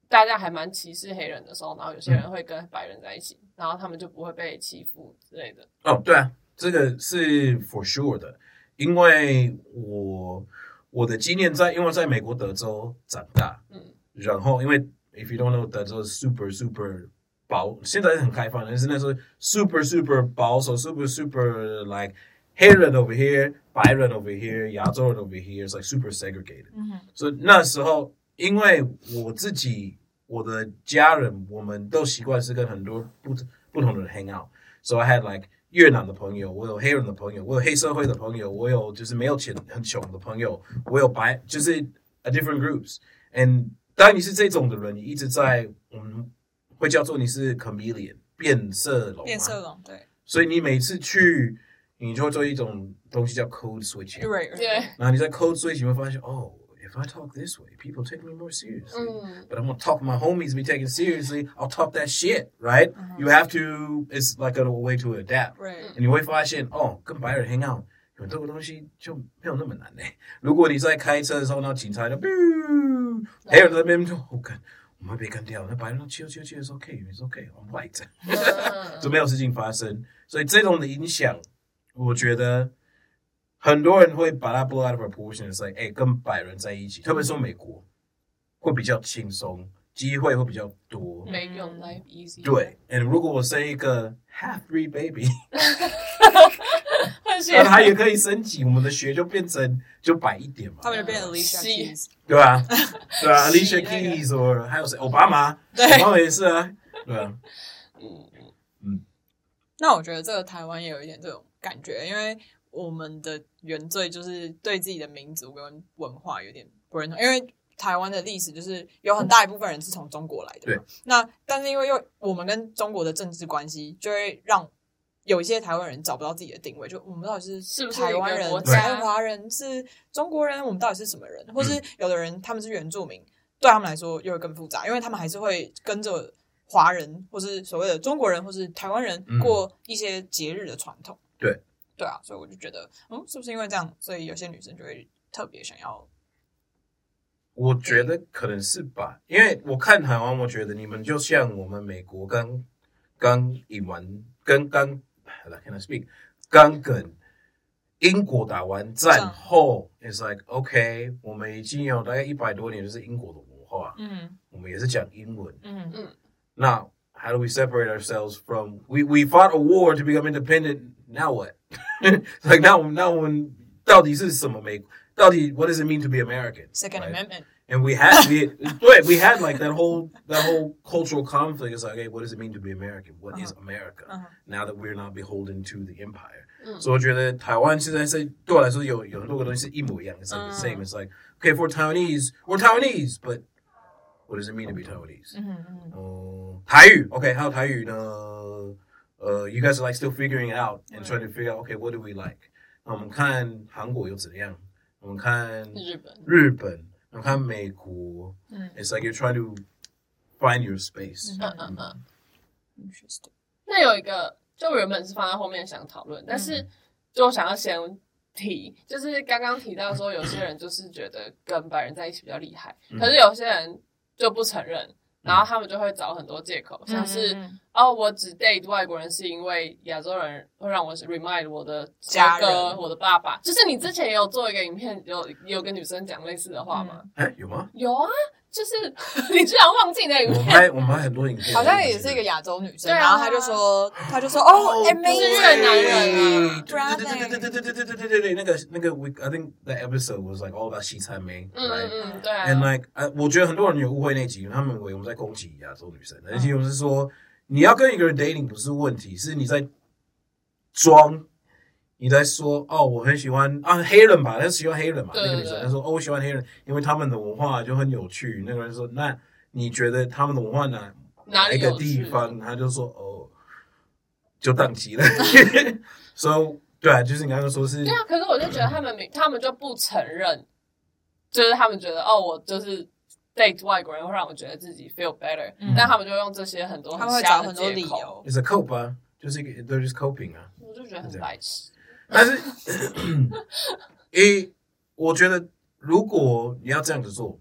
S2: 大家还蛮歧视黑人的时候，然后有些人会跟白人在一起，然后他们就不会被欺负之类的。
S3: 哦，对啊，这个是 for sure 的，因为我我的经验在，因为在美国德州长大，
S2: 嗯
S3: 然后因为 if you don't know 德州 super super 保，现在很开放，但是那时候 super super 保守，super super like 黑人 over here，白人 over here，亚洲人 over here，is like super segregated。所以那时候，因为我自己、我的家人，我们都习惯是跟很多不不同的人 hang out。So I had like 越南的朋友，我有黑人的朋友，我有黑社会的朋友，我有就是没有钱很穷的朋友，我有白就是 at different groups. And 当然你是这种的人，你一直在我们会叫做你是 chameleon 变色龙嘛，
S1: 变色龙，对，
S3: 所以你每次去，你就会做一种东西叫 code switching。
S1: 对
S2: 对，
S3: 然后你在 code switch，你会发现哦，if I talk this way, people take me more seriously.、 [LAUGHS]
S2: 嗯
S3: But I'm gonna talk my homies be taken seriously. I'll talk that shit, right? You have to. It's like a way to adapt.
S1: 对，
S3: 你会发现哦，跟白人 hang out 有这个东西就没有那么难嘞、如果你在开车的时候，那警察就 [LAUGHS] biu，还有那边就我看、我们被干掉，那白人都 chill chill chill is okay, it's okay, I'm white，
S2: [LAUGHS]
S3: 就没有事情发生。所以这种的影响，我觉得很多人会把它 blow out of proportion，是 like，哎、跟白人在一起，特别是美国，会比较轻松，机会会比较多。
S2: ，make your life easy，， [LAUGHS]
S3: 对，and 如果我生一个 half breed baby。
S2: 而且
S3: 那他也可以升级，我们的学就变成就白一点嘛，
S1: 他们就变成 Alicia
S2: 是
S1: Keys，
S3: 对啊，对
S2: [LAUGHS]
S3: 啊
S2: 洗
S3: ，Alicia
S2: 那个
S3: Keys 或还有谁，奥巴马，
S1: 对
S3: 奥巴马也是啊，对啊，
S2: 嗯
S1: 那我觉得这个台湾也有一点这种感觉，因为我们的原罪就是对自己的民族跟文化有点不认同，因为台湾的历史就是有很大一部分人是从中国来的嘛。那但是因为又我们跟中国的政治关系，就会让有一些台湾人找不到自己的定位，就我们到底
S2: 是不是
S1: 台湾
S2: 一个
S1: 人、
S2: 国家
S1: 台湾华人是中国人，我们到底是什么人？或是有的人他们是原住民，对他们来说又会更复杂，因为他们还是会跟着华人或是所谓的中国人或是台湾人
S3: 嗯
S1: 过一些节日的传统。
S3: 对，
S1: 对啊，所以我就觉得，嗯，是不是因为这样，所以有些女生就会特别想要
S3: 我觉得可能是吧，因为我看台湾，我觉得你们就像我们美国刚刚赢完，跟刚 can I speak，刚跟英国打完战后，it's like OK，我们已经有大概一百多年就是英国的文化，
S1: 嗯
S3: 我们也是讲英文。
S1: 嗯
S3: Now, how do we separate ourselves from we we fought a war to become independent? Now what? [LAUGHS] like now now when 到底是什么美到底 what does it mean to be American?
S1: Second
S3: right?
S1: Amendment，
S3: And we had we wait, we had like that whole that whole cultural conflict. It's like, hey, what does it mean to be American? What is America?
S1: 嗯
S3: Now that we're not beholden to the empire.
S2: 嗯
S3: So 我觉得台湾现在是对我来说有有很多个东西是一模一样。It's like the same. It's like okay, for Taiwanese, we're Taiwanese, but what does it mean to be Taiwanese? Uh,
S1: 嗯嗯
S3: 哦，台语，OK，还有台语呢，呃，you uh, guys are like still figuring it out and trying to figure out，OK，、what do we like？那我 Um, 们看韩国又怎样？我们看
S2: 日本，
S3: 日本，我们看美国
S1: 嗯
S3: ，It's like you're trying to find your space、
S2: 嗯嗯嗯。
S1: ，interesting，
S2: 那有一个，就我原本是放在后面想讨论，但
S3: 嗯
S2: 是就想要先提，就是刚刚提到说，有些人就是觉得跟白人在一起比较厉害，
S3: 嗯
S2: 可是有些人就不承认，然后他们就会找很多借口，像是、
S1: 嗯
S2: 哦，我只 date 外国人是因为亚洲人会让我 remind 我的
S1: 家人
S2: 哥、我的爸爸。就是你之前也有做一个影片，有有跟女生讲类似的话吗？
S3: 哎，有
S2: [LAUGHS]
S3: 吗？
S2: 有啊，就是 [LAUGHS] 你居然忘记那个
S3: 我
S2: 影
S3: 们
S2: 片。
S3: 拍我们拍很多影片，
S1: 好像也是一个亚洲女生，
S2: 对啊
S1: 然后她就说，她就说，
S3: Oh,
S1: 哦
S2: 是
S1: ，amazing，
S2: 越南人啊
S3: 对对对对对对对对对对对，那个那个 we I think the episode was like all about 西餐妹
S2: 嗯
S3: ，right？
S2: 嗯嗯，对啊。
S3: And like，呃，我觉得很多人有误会那集，他们以为我们在攻击亚洲女生，而且我们是说，你要跟一个人 dating 不是问题，是你在装，你在说哦，我很喜欢啊黑人吧，他喜欢黑人嘛，
S2: 对
S3: 那个女生
S2: 对对
S3: 她说哦，我喜欢黑人，因为他们的文化就很有趣。那个人说，那你觉得他们的文化哪
S2: 哪里
S3: 一个
S2: 有
S3: 地
S2: 趣
S3: 方？他就说哦，就宕机了。so 对啊，就是你刚刚说是
S2: 对啊，可是我就觉得他们
S1: 嗯
S2: 明，他们就不承认，就是他们觉得哦，我就是 date 外国人会让我觉得自己 feel better，、
S1: 嗯
S2: 但他们就用这些很多
S1: 他
S2: 很
S1: 们会
S2: 瞎
S1: 找
S2: 的
S1: 很多
S2: 借
S1: 理
S2: 口，
S1: 由，
S3: is a cope 啊，就是一个 they're just coping 啊。
S2: 我就觉得很白痴。
S3: 但是， [COUGHS] 一我觉得如果你要这样子做，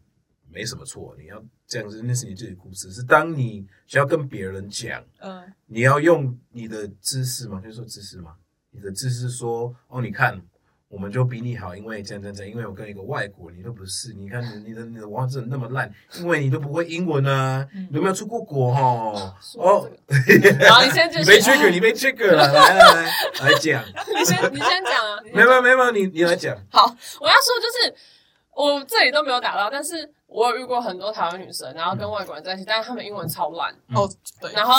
S3: 没什么错。你要这样子，那是你自己的故事。是当你想要跟别人讲，
S1: 嗯
S3: 你要用你的知识嘛，就是说知识嘛，你的知识说哦，你看。我们就比你好，因为这样这样这样，因为我跟一个外国人，你都不是，你看你你的你的文化真的那么烂，因为你都不会英文啊，
S1: 嗯
S3: 你都没有出过国哦，
S2: 说
S3: 哦
S2: 这，个，然后你先继
S3: 你
S2: 续，
S3: 被 trigger，你被 trigger 了，来来来来讲，
S2: 你先你先讲啊，你先
S3: [LAUGHS] 没
S2: 讲
S3: 有没有没有，你你来讲，
S2: 好，我要说就是，我这里都没有打到，但是我有遇过很多台湾女生，然后跟外国人在一起，但是他们英文超烂，
S1: 哦，对，
S2: 然后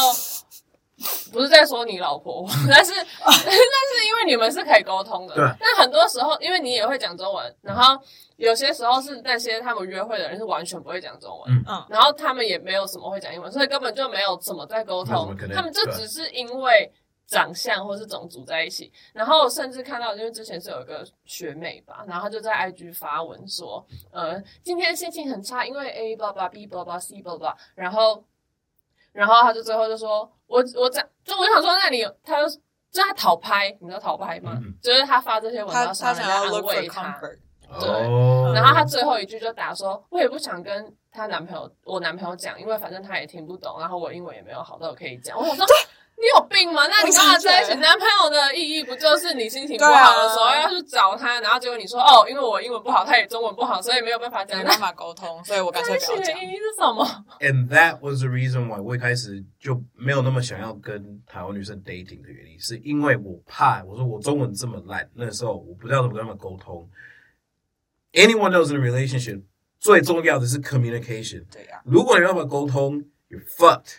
S2: 不是在说你老婆，但是 [LAUGHS] 但是因为你们是可以沟通的
S3: 对，
S2: 但很多时候因为你也会讲中文，然后有些时候是那些他们约会的人是完全不会讲中文，
S3: 嗯
S1: 嗯
S2: 然后他们也没有什么会讲英文，所以根本就没有怎么在沟
S3: 没有什
S2: 通
S3: 么可，能
S2: 他们就
S3: 对啊
S2: 只是因为。长相或是种族在一起，然后甚至看到，因为之前是有一个学妹吧，然后她就在 IG 发文说，呃，今天心情很差，因为 A 巴拉 B 巴拉 C 巴拉，然后，然后他就最后就说，我我在，就我想说，那你他就就他讨拍，你知道讨拍吗？
S3: 嗯
S2: 就是他发这些文
S1: 他
S2: 章，
S1: 他
S2: 想
S1: 想要
S2: 安
S1: look for
S2: 慰他，
S1: comfort，
S3: 哦，
S2: 然后他最后一句就打说，我也不想跟她男朋友，我男朋友讲，因为反正他也听不懂，然后我英文也没有好到可以讲。我想说。你有病吗？那你跟他在一起，
S1: 我也是觉得
S2: 男朋友的意义不就是你心情不好的时候
S1: 对啊
S2: 要去找他，然后结果你说哦，因为我英文不好，他也中文不好，所以没有办法讲。
S1: 没
S2: 那
S1: 办法沟通，所以我干脆
S2: 在一
S1: 不
S2: 起
S1: 要
S2: 的
S1: 讲。
S2: 意义是什么？
S3: And that was the reason why 我一开始就没有那么想要跟台湾女生 dating 的原因，是因为我怕我说我中文这么烂，那时候我不知道怎么跟他们沟通。Anyone knows in a relationship 最重要的是 communication。
S1: 对呀、
S3: 如果你没有办法沟通，you're fucked。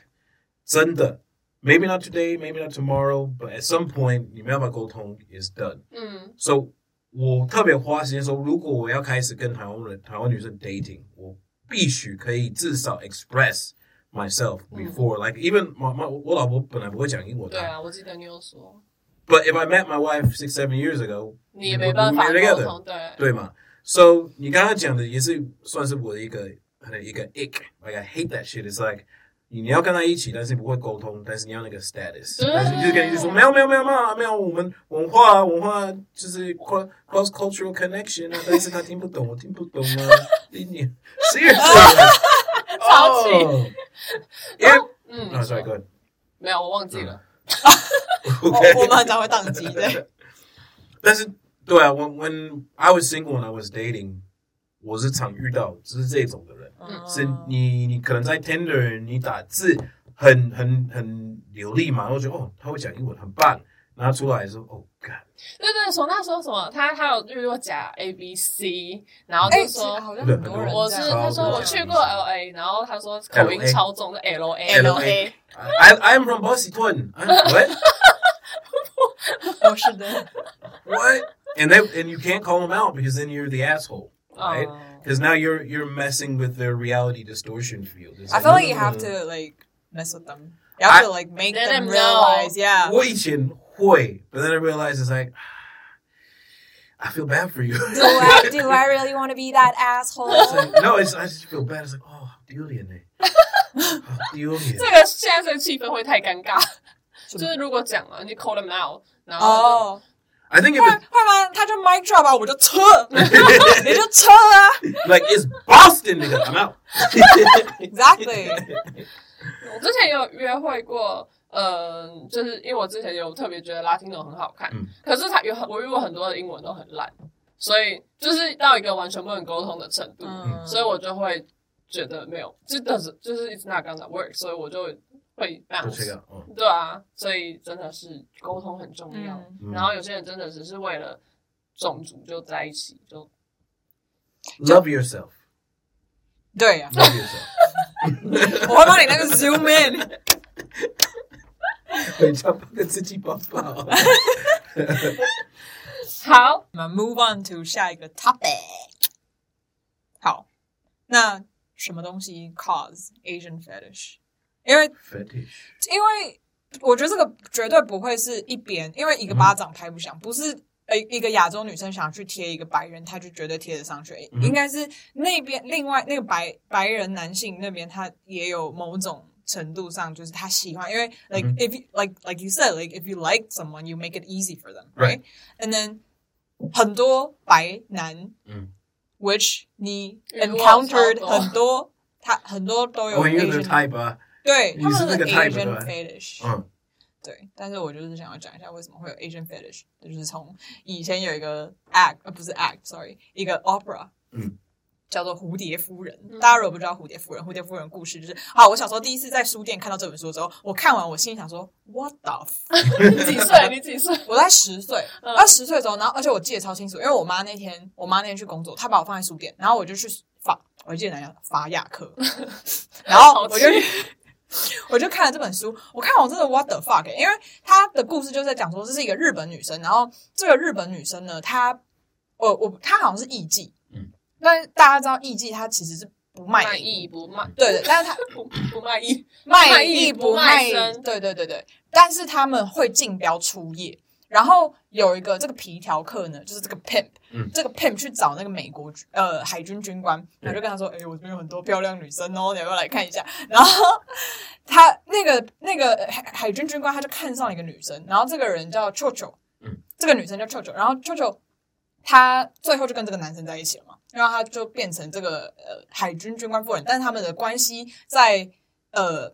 S3: 真的，maybe not today, maybe not tomorrow, but at some point 你没有办法沟通，is done。
S2: [LAUGHS] 嗯，
S3: So 我特别花时间说，如果我要开始跟台湾人、台湾女生 dating，我必须可以至少 express myself before、like even my, my 我老婆本来不会讲英文的、
S2: 对啊，我记得你有说，
S3: b u t if I met my wife six seven years ago，
S2: 你也没办法
S3: we were
S2: 沟
S3: together，
S2: 通，对，
S3: 对吗？So 你刚刚讲的也是算是我的一个很一个 ick，like I hate that shit。It's like 你要跟他一起，但是你不会沟通，但是你要那个 status，
S2: 对
S3: 但是你就跟你说没有没有没有没有没有，我们文化啊文化就是 cross cross cultural connection 啊，但是他听不懂，我听不
S2: [LAUGHS]
S3: 懂啊，你你 seriously，
S2: 超气
S3: 哦，Yeah，
S2: 嗯，
S3: 啊，sorry，good，
S2: 没有，我忘记了， [LAUGHS]
S3: OK，
S1: 我我们很常会宕 [LAUGHS] 机对。
S3: 但是对啊，when when I was single and I was dating，我是常遇到就是这种的
S1: 嗯
S3: 人。是你你可能在 Tinder 你打字很很很流利嘛，然后觉得哦他会讲英文很棒，然后出来说哦干，
S2: 对对，从那时候什么，他他有遇过假 A B C，然后
S1: 哎、
S2: 就
S1: 其
S2: 说
S1: 实好像很多人
S2: 我
S1: 这
S2: 是
S1: 样
S2: 他说
S3: 超多
S2: 我去过 L A，然后他说口音
S3: LA
S2: 超重的 L A，
S3: LA
S1: LA，
S3: I I'm from Boston,
S1: [LAUGHS]
S3: I'm what
S1: 我是
S2: [LAUGHS]
S1: 的，
S3: what and then and you can't call them out because then you're the asshole, right?
S2: 嗯
S3: Because now you're you're messing with their reality distortion field. It's
S1: I feel like
S3: no,
S1: you
S3: no,
S1: have
S3: no, no.
S1: to like mess with them. You have
S3: I-
S1: to like make
S2: Let
S1: them
S2: them know.
S1: realize, yeah.
S3: 我以前会，but then I realized it's like [SIGHS] I feel bad for you.
S1: Do I do I really want to be that
S3: [LAUGHS] It's
S1: asshole?
S3: like, no, it's I just feel bad. It's like, oh, 好丢脸呢，
S1: [LAUGHS]
S3: 好丢脸。
S2: 这个现在这个气氛会太尴
S1: [LAUGHS]
S2: 尬，
S1: 什么
S2: 就是如果讲了你 call them out，然后
S1: 哦，
S3: I think if
S1: 会
S3: it,
S1: 会吗？他就 mic drop 啊，我就
S3: [LAUGHS]
S1: 撤，你就撤啊
S3: like it's Boston, nigga, I'm out. [LAUGHS]
S2: [LAUGHS]
S1: ，exactly。
S2: 我之前也有约会过，嗯，就是因为我之前有特别觉得拉丁种很好看，
S3: 嗯
S2: 可是他有很我遇过很多的英文都很烂，所以就是到一个完全不能沟通的程度，
S3: [LAUGHS]
S1: 嗯，
S2: 所以我就会觉得没有，这但是就是 it's not gonna work，所以我就会 b o u
S3: 就这个，嗯，
S2: 对啊，所以真的是沟通很重要。
S1: 嗯，
S3: 嗯
S2: 然后有些人真的只是为了种族就在一起，就
S3: love yourself,
S1: 对呀，
S3: love yourself。
S1: 我会帮你那个 zoom in。
S3: 回家帮自己抱抱。
S1: [LAUGHS]
S2: 好。
S1: 我们 move on to 下一个 topic。好，那什么东西 cause Asian fetish？因为
S3: Fetish，
S1: 因为我觉得这个绝对不会是一边，因为一个
S3: 嗯
S1: 巴掌拍不响，不是呃一个亚洲女生想去贴一个白人，她就绝对贴得上去，
S3: 嗯
S1: 应该是那边另外那个白白人男性那边他也有某种。程度上就是他喜欢，因为 like、
S3: 嗯
S1: if you, like like you said like if you like someone you make it easy for them right,
S3: Right.
S1: and then 很多白男，
S3: 嗯
S1: ，which 你
S2: 遇过
S1: encountered
S2: 超多
S1: 很多，他很多都有
S3: when Oh, you're the
S1: Asian
S3: type uh, oh. 啊，
S1: 对，
S3: 你
S1: 他们
S3: 是那个 type
S1: Asian
S3: 的
S1: fetish，、
S3: 嗯
S1: 对。但是我就是想要讲一下为什么会有 Asian fetish，就是从以前有一个 act，呃，不是 act，sorry，一个 opera，
S3: 嗯。
S1: 叫做《蝴蝶夫人》，
S2: 嗯
S1: 大家如果不知道《蝴蝶夫人》，《蝴蝶夫人》故事就是啊，我小时候第一次在书店看到这本书之后，我看完我心里想说，What the？f-
S2: 你几岁？你几岁？
S1: 我在十岁，
S2: 嗯
S1: 到十岁的时候，然后而且我记得超清楚，因为我妈那天，我妈那天去工作，她把我放在
S2: [LAUGHS]
S1: 书店，然后我就去法，我记得哪样法雅克，然后我就去 [LAUGHS] 我就看了这本书，我看完我真的 what the fuck，、因欸为她的故事就是在讲说，这是一个日本女生，然后这个日本女生呢，她，我我她好像是艺妓，嗯
S3: 嗯，
S1: 但大家知道艺妓她其实是不卖
S2: 卖
S1: 淫，
S2: 艺不卖，
S1: 对对，但是她
S2: 不不卖艺，
S1: 卖
S2: 艺
S1: 艺不
S2: 卖
S1: 卖
S2: 身，
S1: 对对对对，但是他们会竞标出业。然后有一个这个皮条客呢，就是这个 pimp，、
S3: 嗯
S1: 这个 pimp 去找那个美国军呃海军军官，然后就跟他说：“哎、我这边有很多漂亮女生哦，你要不要来看一下？” [LAUGHS] 然后他那个那个海海军军官他就看上了一个女生，然后这个人叫臭臭，
S3: 嗯，
S1: 这个女生叫臭臭，然后臭臭她最后就跟这个男生在一起了嘛，然后她就变成这个呃海军军官夫人，但是他们的关系在呃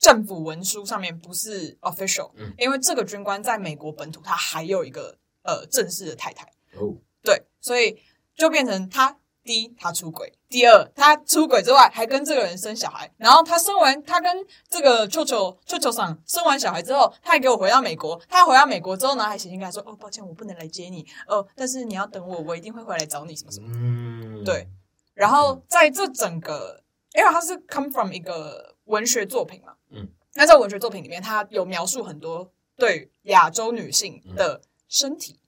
S1: 政府文书上面不是 official，、
S3: 嗯
S1: 因为这个军官在美国本土他还有一个呃正式的太太，
S3: 哦，
S1: 对，所以就变成他第一他出轨，第二他出轨之外还跟这个人生小孩，然后他生完他跟这个舅舅舅舅上生完小孩之后，他还给我回到美国，他回到美国之后呢还写信跟他说哦抱歉我不能来接你，哦但是你要等我，我一定会回来找你什么什么。
S3: 嗯，
S1: 对，然后在这整个，因为它是 come from 一个文学作品嘛，
S3: 嗯，
S1: 那在文学作品里面，它有描述很多对亚洲女性的身体、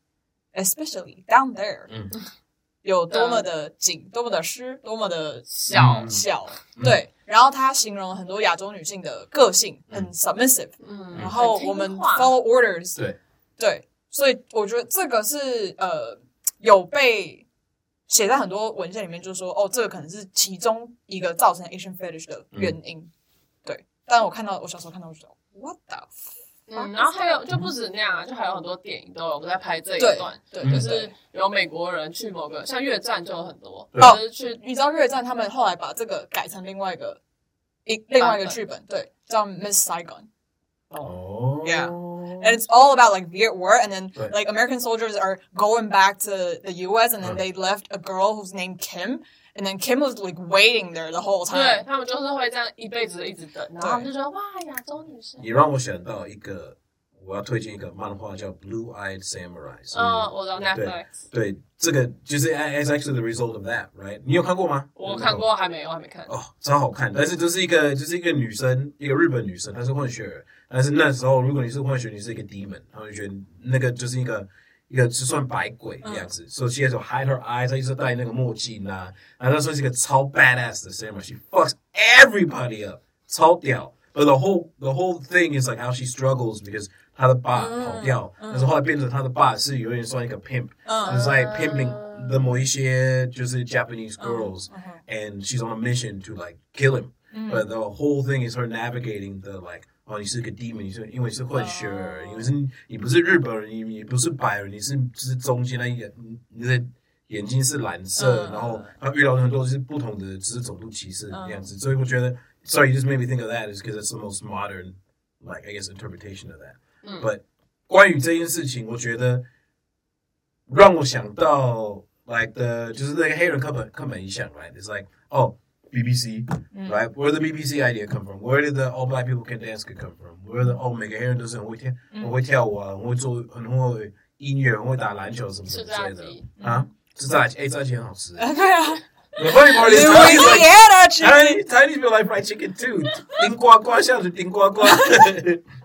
S1: e s p e c i a l l y down there，
S3: 嗯，
S1: 有多么的紧，多么的湿，多么的
S2: 小
S3: 嗯
S1: 小，
S3: 嗯
S1: 对。然后它形容了很多亚洲女性的个性很
S3: 嗯
S1: submissive，、
S2: 嗯，
S1: 然后
S2: 很听
S1: 我们
S2: 话
S1: follow orders，
S3: 对，
S1: 对，所以我觉得这个是呃有被写在很多文献里面，就是说哦，这个可能是其中一个造成 Asian fetish 的
S3: 嗯
S1: 原因。对，但我看到我小时候看到我就觉得 what the f-
S2: 嗯，然后还有就不止那样啊，就还有很多电影都有在拍这一
S1: 对
S2: 段，
S1: 对，
S3: 嗯
S1: 就
S2: 就是是。有美国人去某个像越战就有很多，
S3: 对
S2: 就是去
S1: 你知道越战他们后来把这个改成另外一个一另外一个剧本，对，叫 Miss Saigon，and
S3: 哦
S1: Yeah. it's all about like Viet War and then
S3: 对
S1: like American soldiers are going back to the U.S. and then
S3: 嗯
S1: they left a girl who's named Kim and then Kim was like waiting there the whole
S2: 对
S1: time。
S2: 他们就是会这样一辈子一直等，然后他们就觉得哇，亚洲女生，
S3: 也让我想到一个，我要推荐一个漫画叫《Blue Eyed Samurai》。
S2: 嗯，，我知道 Netflix，
S3: 对，这个就是 i- it's actually the result of that, right？你有看过吗？
S2: 我看过，还没有，还没看，
S3: 嗯哦，超好看。但是就是一个就是一个女生，一个日本女生，她是混血儿。但是那时候，如果你是混血，你是一个 demon，他们就觉得那个就是一个一个就算百鬼这样子。所以 she has to hide her eyes，她一直戴那个墨镜啊。然后那时候是一个超 badass 的 samurai，she fucks everybody up，超屌。But the whole the whole thing is like how she struggles because 她的爸跑掉，但是后来变成她的爸是有点算一个 pimp，
S1: 嗯
S3: 就是在 pimping 的某一些就是 Japanese girls，Mm-hmm.
S1: 嗯哼
S3: and she's on a mission to like kill him. But the whole thing is her navigating the like, oh, 你是个 demon，你是因为是混血儿，因为是你不是日本人，你你不是白人，你是就是中间那一个，你你的眼睛是蓝色，
S1: 嗯
S3: 然后他遇到很多就是不同的，只是种族歧视这样子。所以我觉得，sorry, you just made me think of that is because it's the most modern, like I guess interpretation of that.
S2: 嗯
S3: But 关于这件事情，我觉得让我想到 like the 就是那个黑人刻板刻板印象，right? It's like oh BBC,
S2: Mm.
S3: right? Where did the BBC idea come from? Where did the all black people can dance could come from? Where the oh 每个黑人都是很会跳，
S2: Mm.
S3: 很会跳舞啊，很会做，很会音乐，很会打篮球什么
S2: 吃
S3: 什么之
S2: 炸
S3: 类的
S2: 鸡，Mm.
S3: 啊。吃炸鸡，哎，炸鸡很好
S1: [LAUGHS]
S3: 吃。
S1: 啊，对啊
S3: [LAUGHS] The funny part
S1: [LAUGHS]
S3: is Tiny like
S1: ，Louisiana
S3: Tiny
S1: chicken，
S3: Tiny people like fried chicken too. 顶呱呱，像是顶呱呱，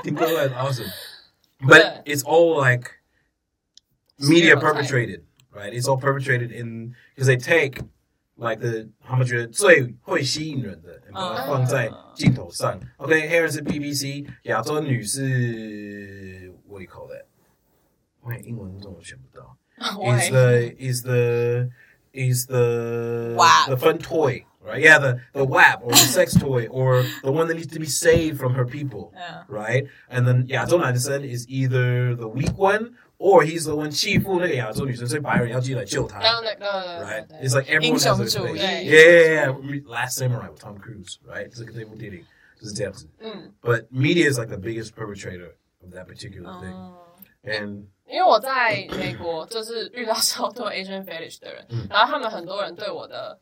S3: 顶呱呱 is awesome. But it's all like media
S2: Stereotype.
S3: perpetrated, right? It's all perpetrated in because they take like the
S1: 嗯。
S3: 他们觉得最会吸引人的，把它放在镜头上。Okay, here is the BBC 亚洲女士 what do you call that? 我英文中文学不到。Is
S1: Oh,
S3: the is the is the
S1: Wap.
S3: the fun toy, right? Yeah, the the WAP or the sex toy or the one that needs to be saved from her people
S1: Yeah.
S3: right? And then Yazon Anderson is either the weak one or he's the one chief who the Yazon Anderson say Byron Yaji like chill
S2: 然后
S3: time.
S2: 那个
S3: 啊 Right? It's like everyone has their
S1: 英
S3: place.
S1: 雄主义。
S3: Yeah, yeah, yeah, yeah. Last Samurai with Tom Cruise, right? It's like they were dating. This is Dempsey.
S2: 嗯，
S3: But media is like the biggest perpetrator of that particular
S1: Oh.
S3: thing. And
S2: 因为我在美国就是遇到超多 Asian fetish 的人，
S3: 嗯
S2: 然后他们很多人对我的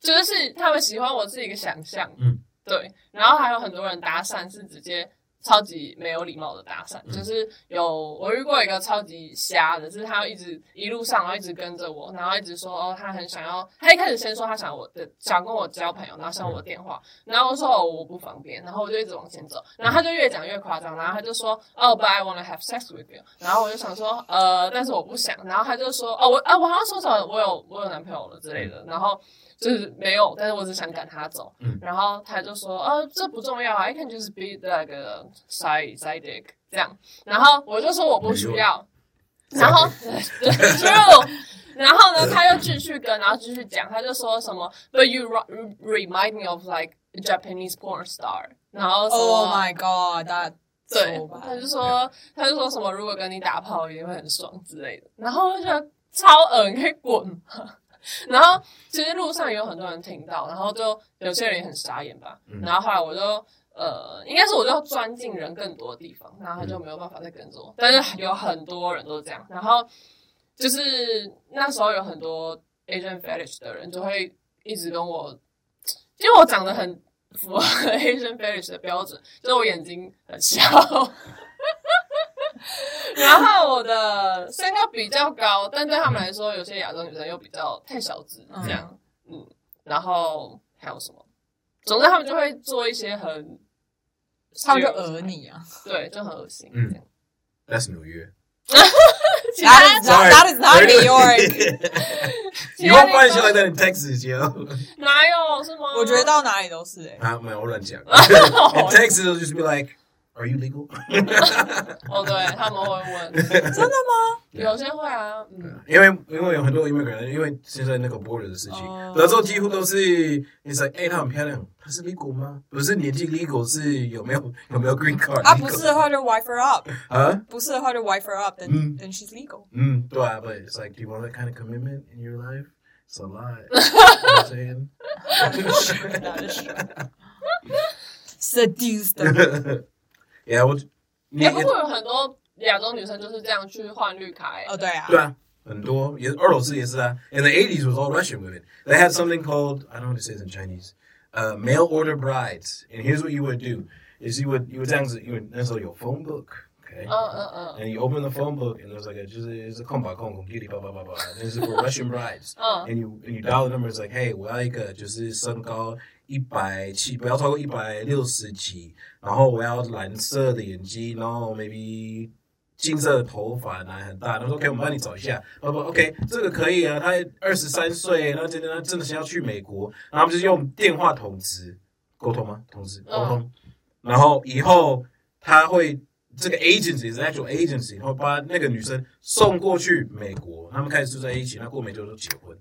S2: 就是他们喜欢我是一个想象，
S3: 嗯，
S2: 对，然后还有很多人搭讪是直接超级没有礼貌的搭
S3: 嗯
S2: 讪，就是有我遇过一个超级瞎的，就是他一直一路上然后一直跟着我，然后一直说哦他很想要，他一开始先说他想我的想跟我交朋友，然后想我的电话，然后我说哦我不方便，然后我就一直往前走，然后他就越讲越夸张，然后他就说哦 but I wanna have sex with you，然后我就想说呃但是我不想，然后他就说哦我啊我好像说什么我有我有男朋友了之类的，然后。就是没有，但是我只想赶他走。
S3: 嗯
S2: 然后他就说，呃，这不重要啊，I can just be like a side side dick 这样。然后我就说我不需要，然后 [LAUGHS] 对 true。然后呢，他又继续跟，然后继续讲，他就说什么，But you ru- remind me of like a Japanese porn star，然后什么
S1: Oh my god！大家
S2: 对
S1: 说吧，
S2: 他就说他就说什么，如果跟你打炮一定会很爽之类的，然后我就觉得超恶，你可以滚吗 [LAUGHS] 然后其实路上也有很多人听到，然后就有些人也很傻眼吧。
S3: 嗯
S2: 然后后来我就呃，应该是我就钻进人更多的地方，然后他就没有办法再跟着我。但是有很多人都这样，然后就是那时候有很多 Asian fetish 的人就会一直跟我，因为我长得很符合 [LAUGHS] Asian fetish 的标准，就是我眼睛很小， [LAUGHS] 然后我的身高比较高，但对他们来说，有些亚洲女生又比较太小只这样，嗯，然后还有什么？总之他们就会做一些很，
S1: 他们就讹，你啊！
S2: 对，就很恶心，
S3: 嗯
S2: 这样。
S3: That's 纽约。
S2: [LAUGHS] 其他
S3: 啊
S1: That is not- that is not New York
S3: [LAUGHS]
S2: 其
S3: 你
S2: 他
S3: 会
S2: 地
S3: 发现
S2: 方
S3: 来在 Texas 街哦。
S2: 哪有是吗？
S1: 我觉得到哪里都是哎、
S3: 啊，没有，我乱
S1: [LAUGHS]
S3: 讲。In Texas, it'll just be like, "Are you legal?" [LAUGHS]
S2: 哦，对他们会问，
S1: [LAUGHS] 真的吗？
S2: 有些会啊，嗯，
S3: 因为因为有很多 immigrant，因为现在那个 border 的事情
S1: 哦，
S3: 德州几乎都是，你说，哎，她很漂亮，她是 legal 吗？不是年纪 legal，是有没有有没有 green card？
S1: 啊，不是的话就 wife her up，
S3: 啊，
S1: 不是的话就 wife her up，then、
S3: 嗯
S1: then she's legal。
S3: 嗯，对啊，but it's like, Mm, do you want that kind of commitment in your life? It's
S1: [LAUGHS]
S3: a lot. You know what I'm saying?
S1: That is true. Seduce
S3: [LAUGHS]
S1: them.
S3: Yeah，我
S1: 嗯
S3: 你
S2: 哎，不过有很多亚洲女生就是这样去换绿卡，哎
S1: 哦，Oh, 对啊，
S3: 对啊，很多也俄罗斯也是啊。In uh, the 80s was all Russian women. They had something called I don't know what to say this in Chinese, uh, mail order brides. And here's what you would do is you would you would 这样子 you would 那时候有 phone book, okay.
S2: 嗯嗯
S3: And you open the phone book and there's like a 就是就是空白空空地里叭叭叭叭，那是 for Russian [LAUGHS] brides.
S2: 嗯
S3: And you and you dial the number is like hey 我要一个就是身高一百七不要超过一百六十几，然后我要蓝色的眼睛，然后 maybe 金色的头发，奶很大。他说 OK 我们帮你找一下，他说 OK 这个可以啊，他二十三岁，那真的他真的是要去美国，然后他们就用电话通知沟通吗？通知沟通，然后以后他会。这个 agency 是 actual agency，然后把那个女生送过去美国，他们开始住在一起，那过没多久就结婚。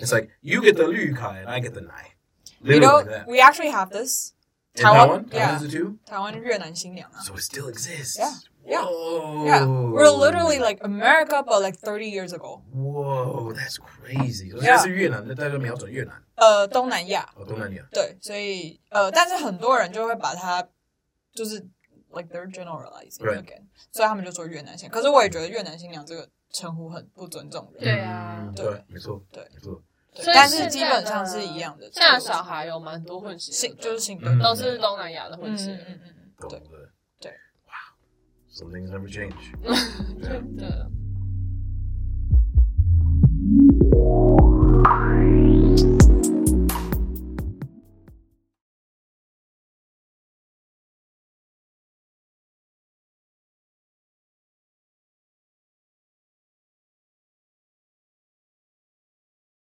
S3: It's like you get the 绿卡，and I get the 奶。
S1: You
S3: Literally
S1: know,
S3: like that.
S1: we actually have this.
S3: In Taiwan,
S1: Taiwan-
S3: Taiwan
S1: yeah.
S3: is it too?
S1: 台湾越南新娘啊
S3: So it still exists.
S1: Yeah, yeah,
S3: Whoa.
S1: ，Yeah, we're literally like America, but like thirty years ago.
S3: Whoa, that's crazy. 所以
S1: Yeah.
S3: 是越南的，大家瞄准越南
S1: 呃，东南亚，
S3: 哦，东南亚。
S1: Uh, 对，所以呃，但是很多人就会把它就是 like they're generalizing
S3: Right.
S1: again，、所以他们就说越南新娘。可是我也觉得越南新娘这个称呼很不尊重人，
S2: 对啊
S3: 嗯
S1: 对
S3: 对，没错，
S1: 对
S3: 没错。
S1: 对
S2: 所以
S1: 但
S2: 现
S1: 是
S2: 在
S1: 基本
S2: 的
S1: 上是一样的。
S2: 现在小孩有蛮多混血
S1: 性
S2: 的，
S1: 就是性格，
S3: 嗯
S2: 都是东南亚的混
S1: 嗯
S2: 血
S1: 嗯，嗯嗯，
S3: 懂
S1: 对
S3: 了。
S1: 对
S3: 哇，some things never change.
S2: 真的。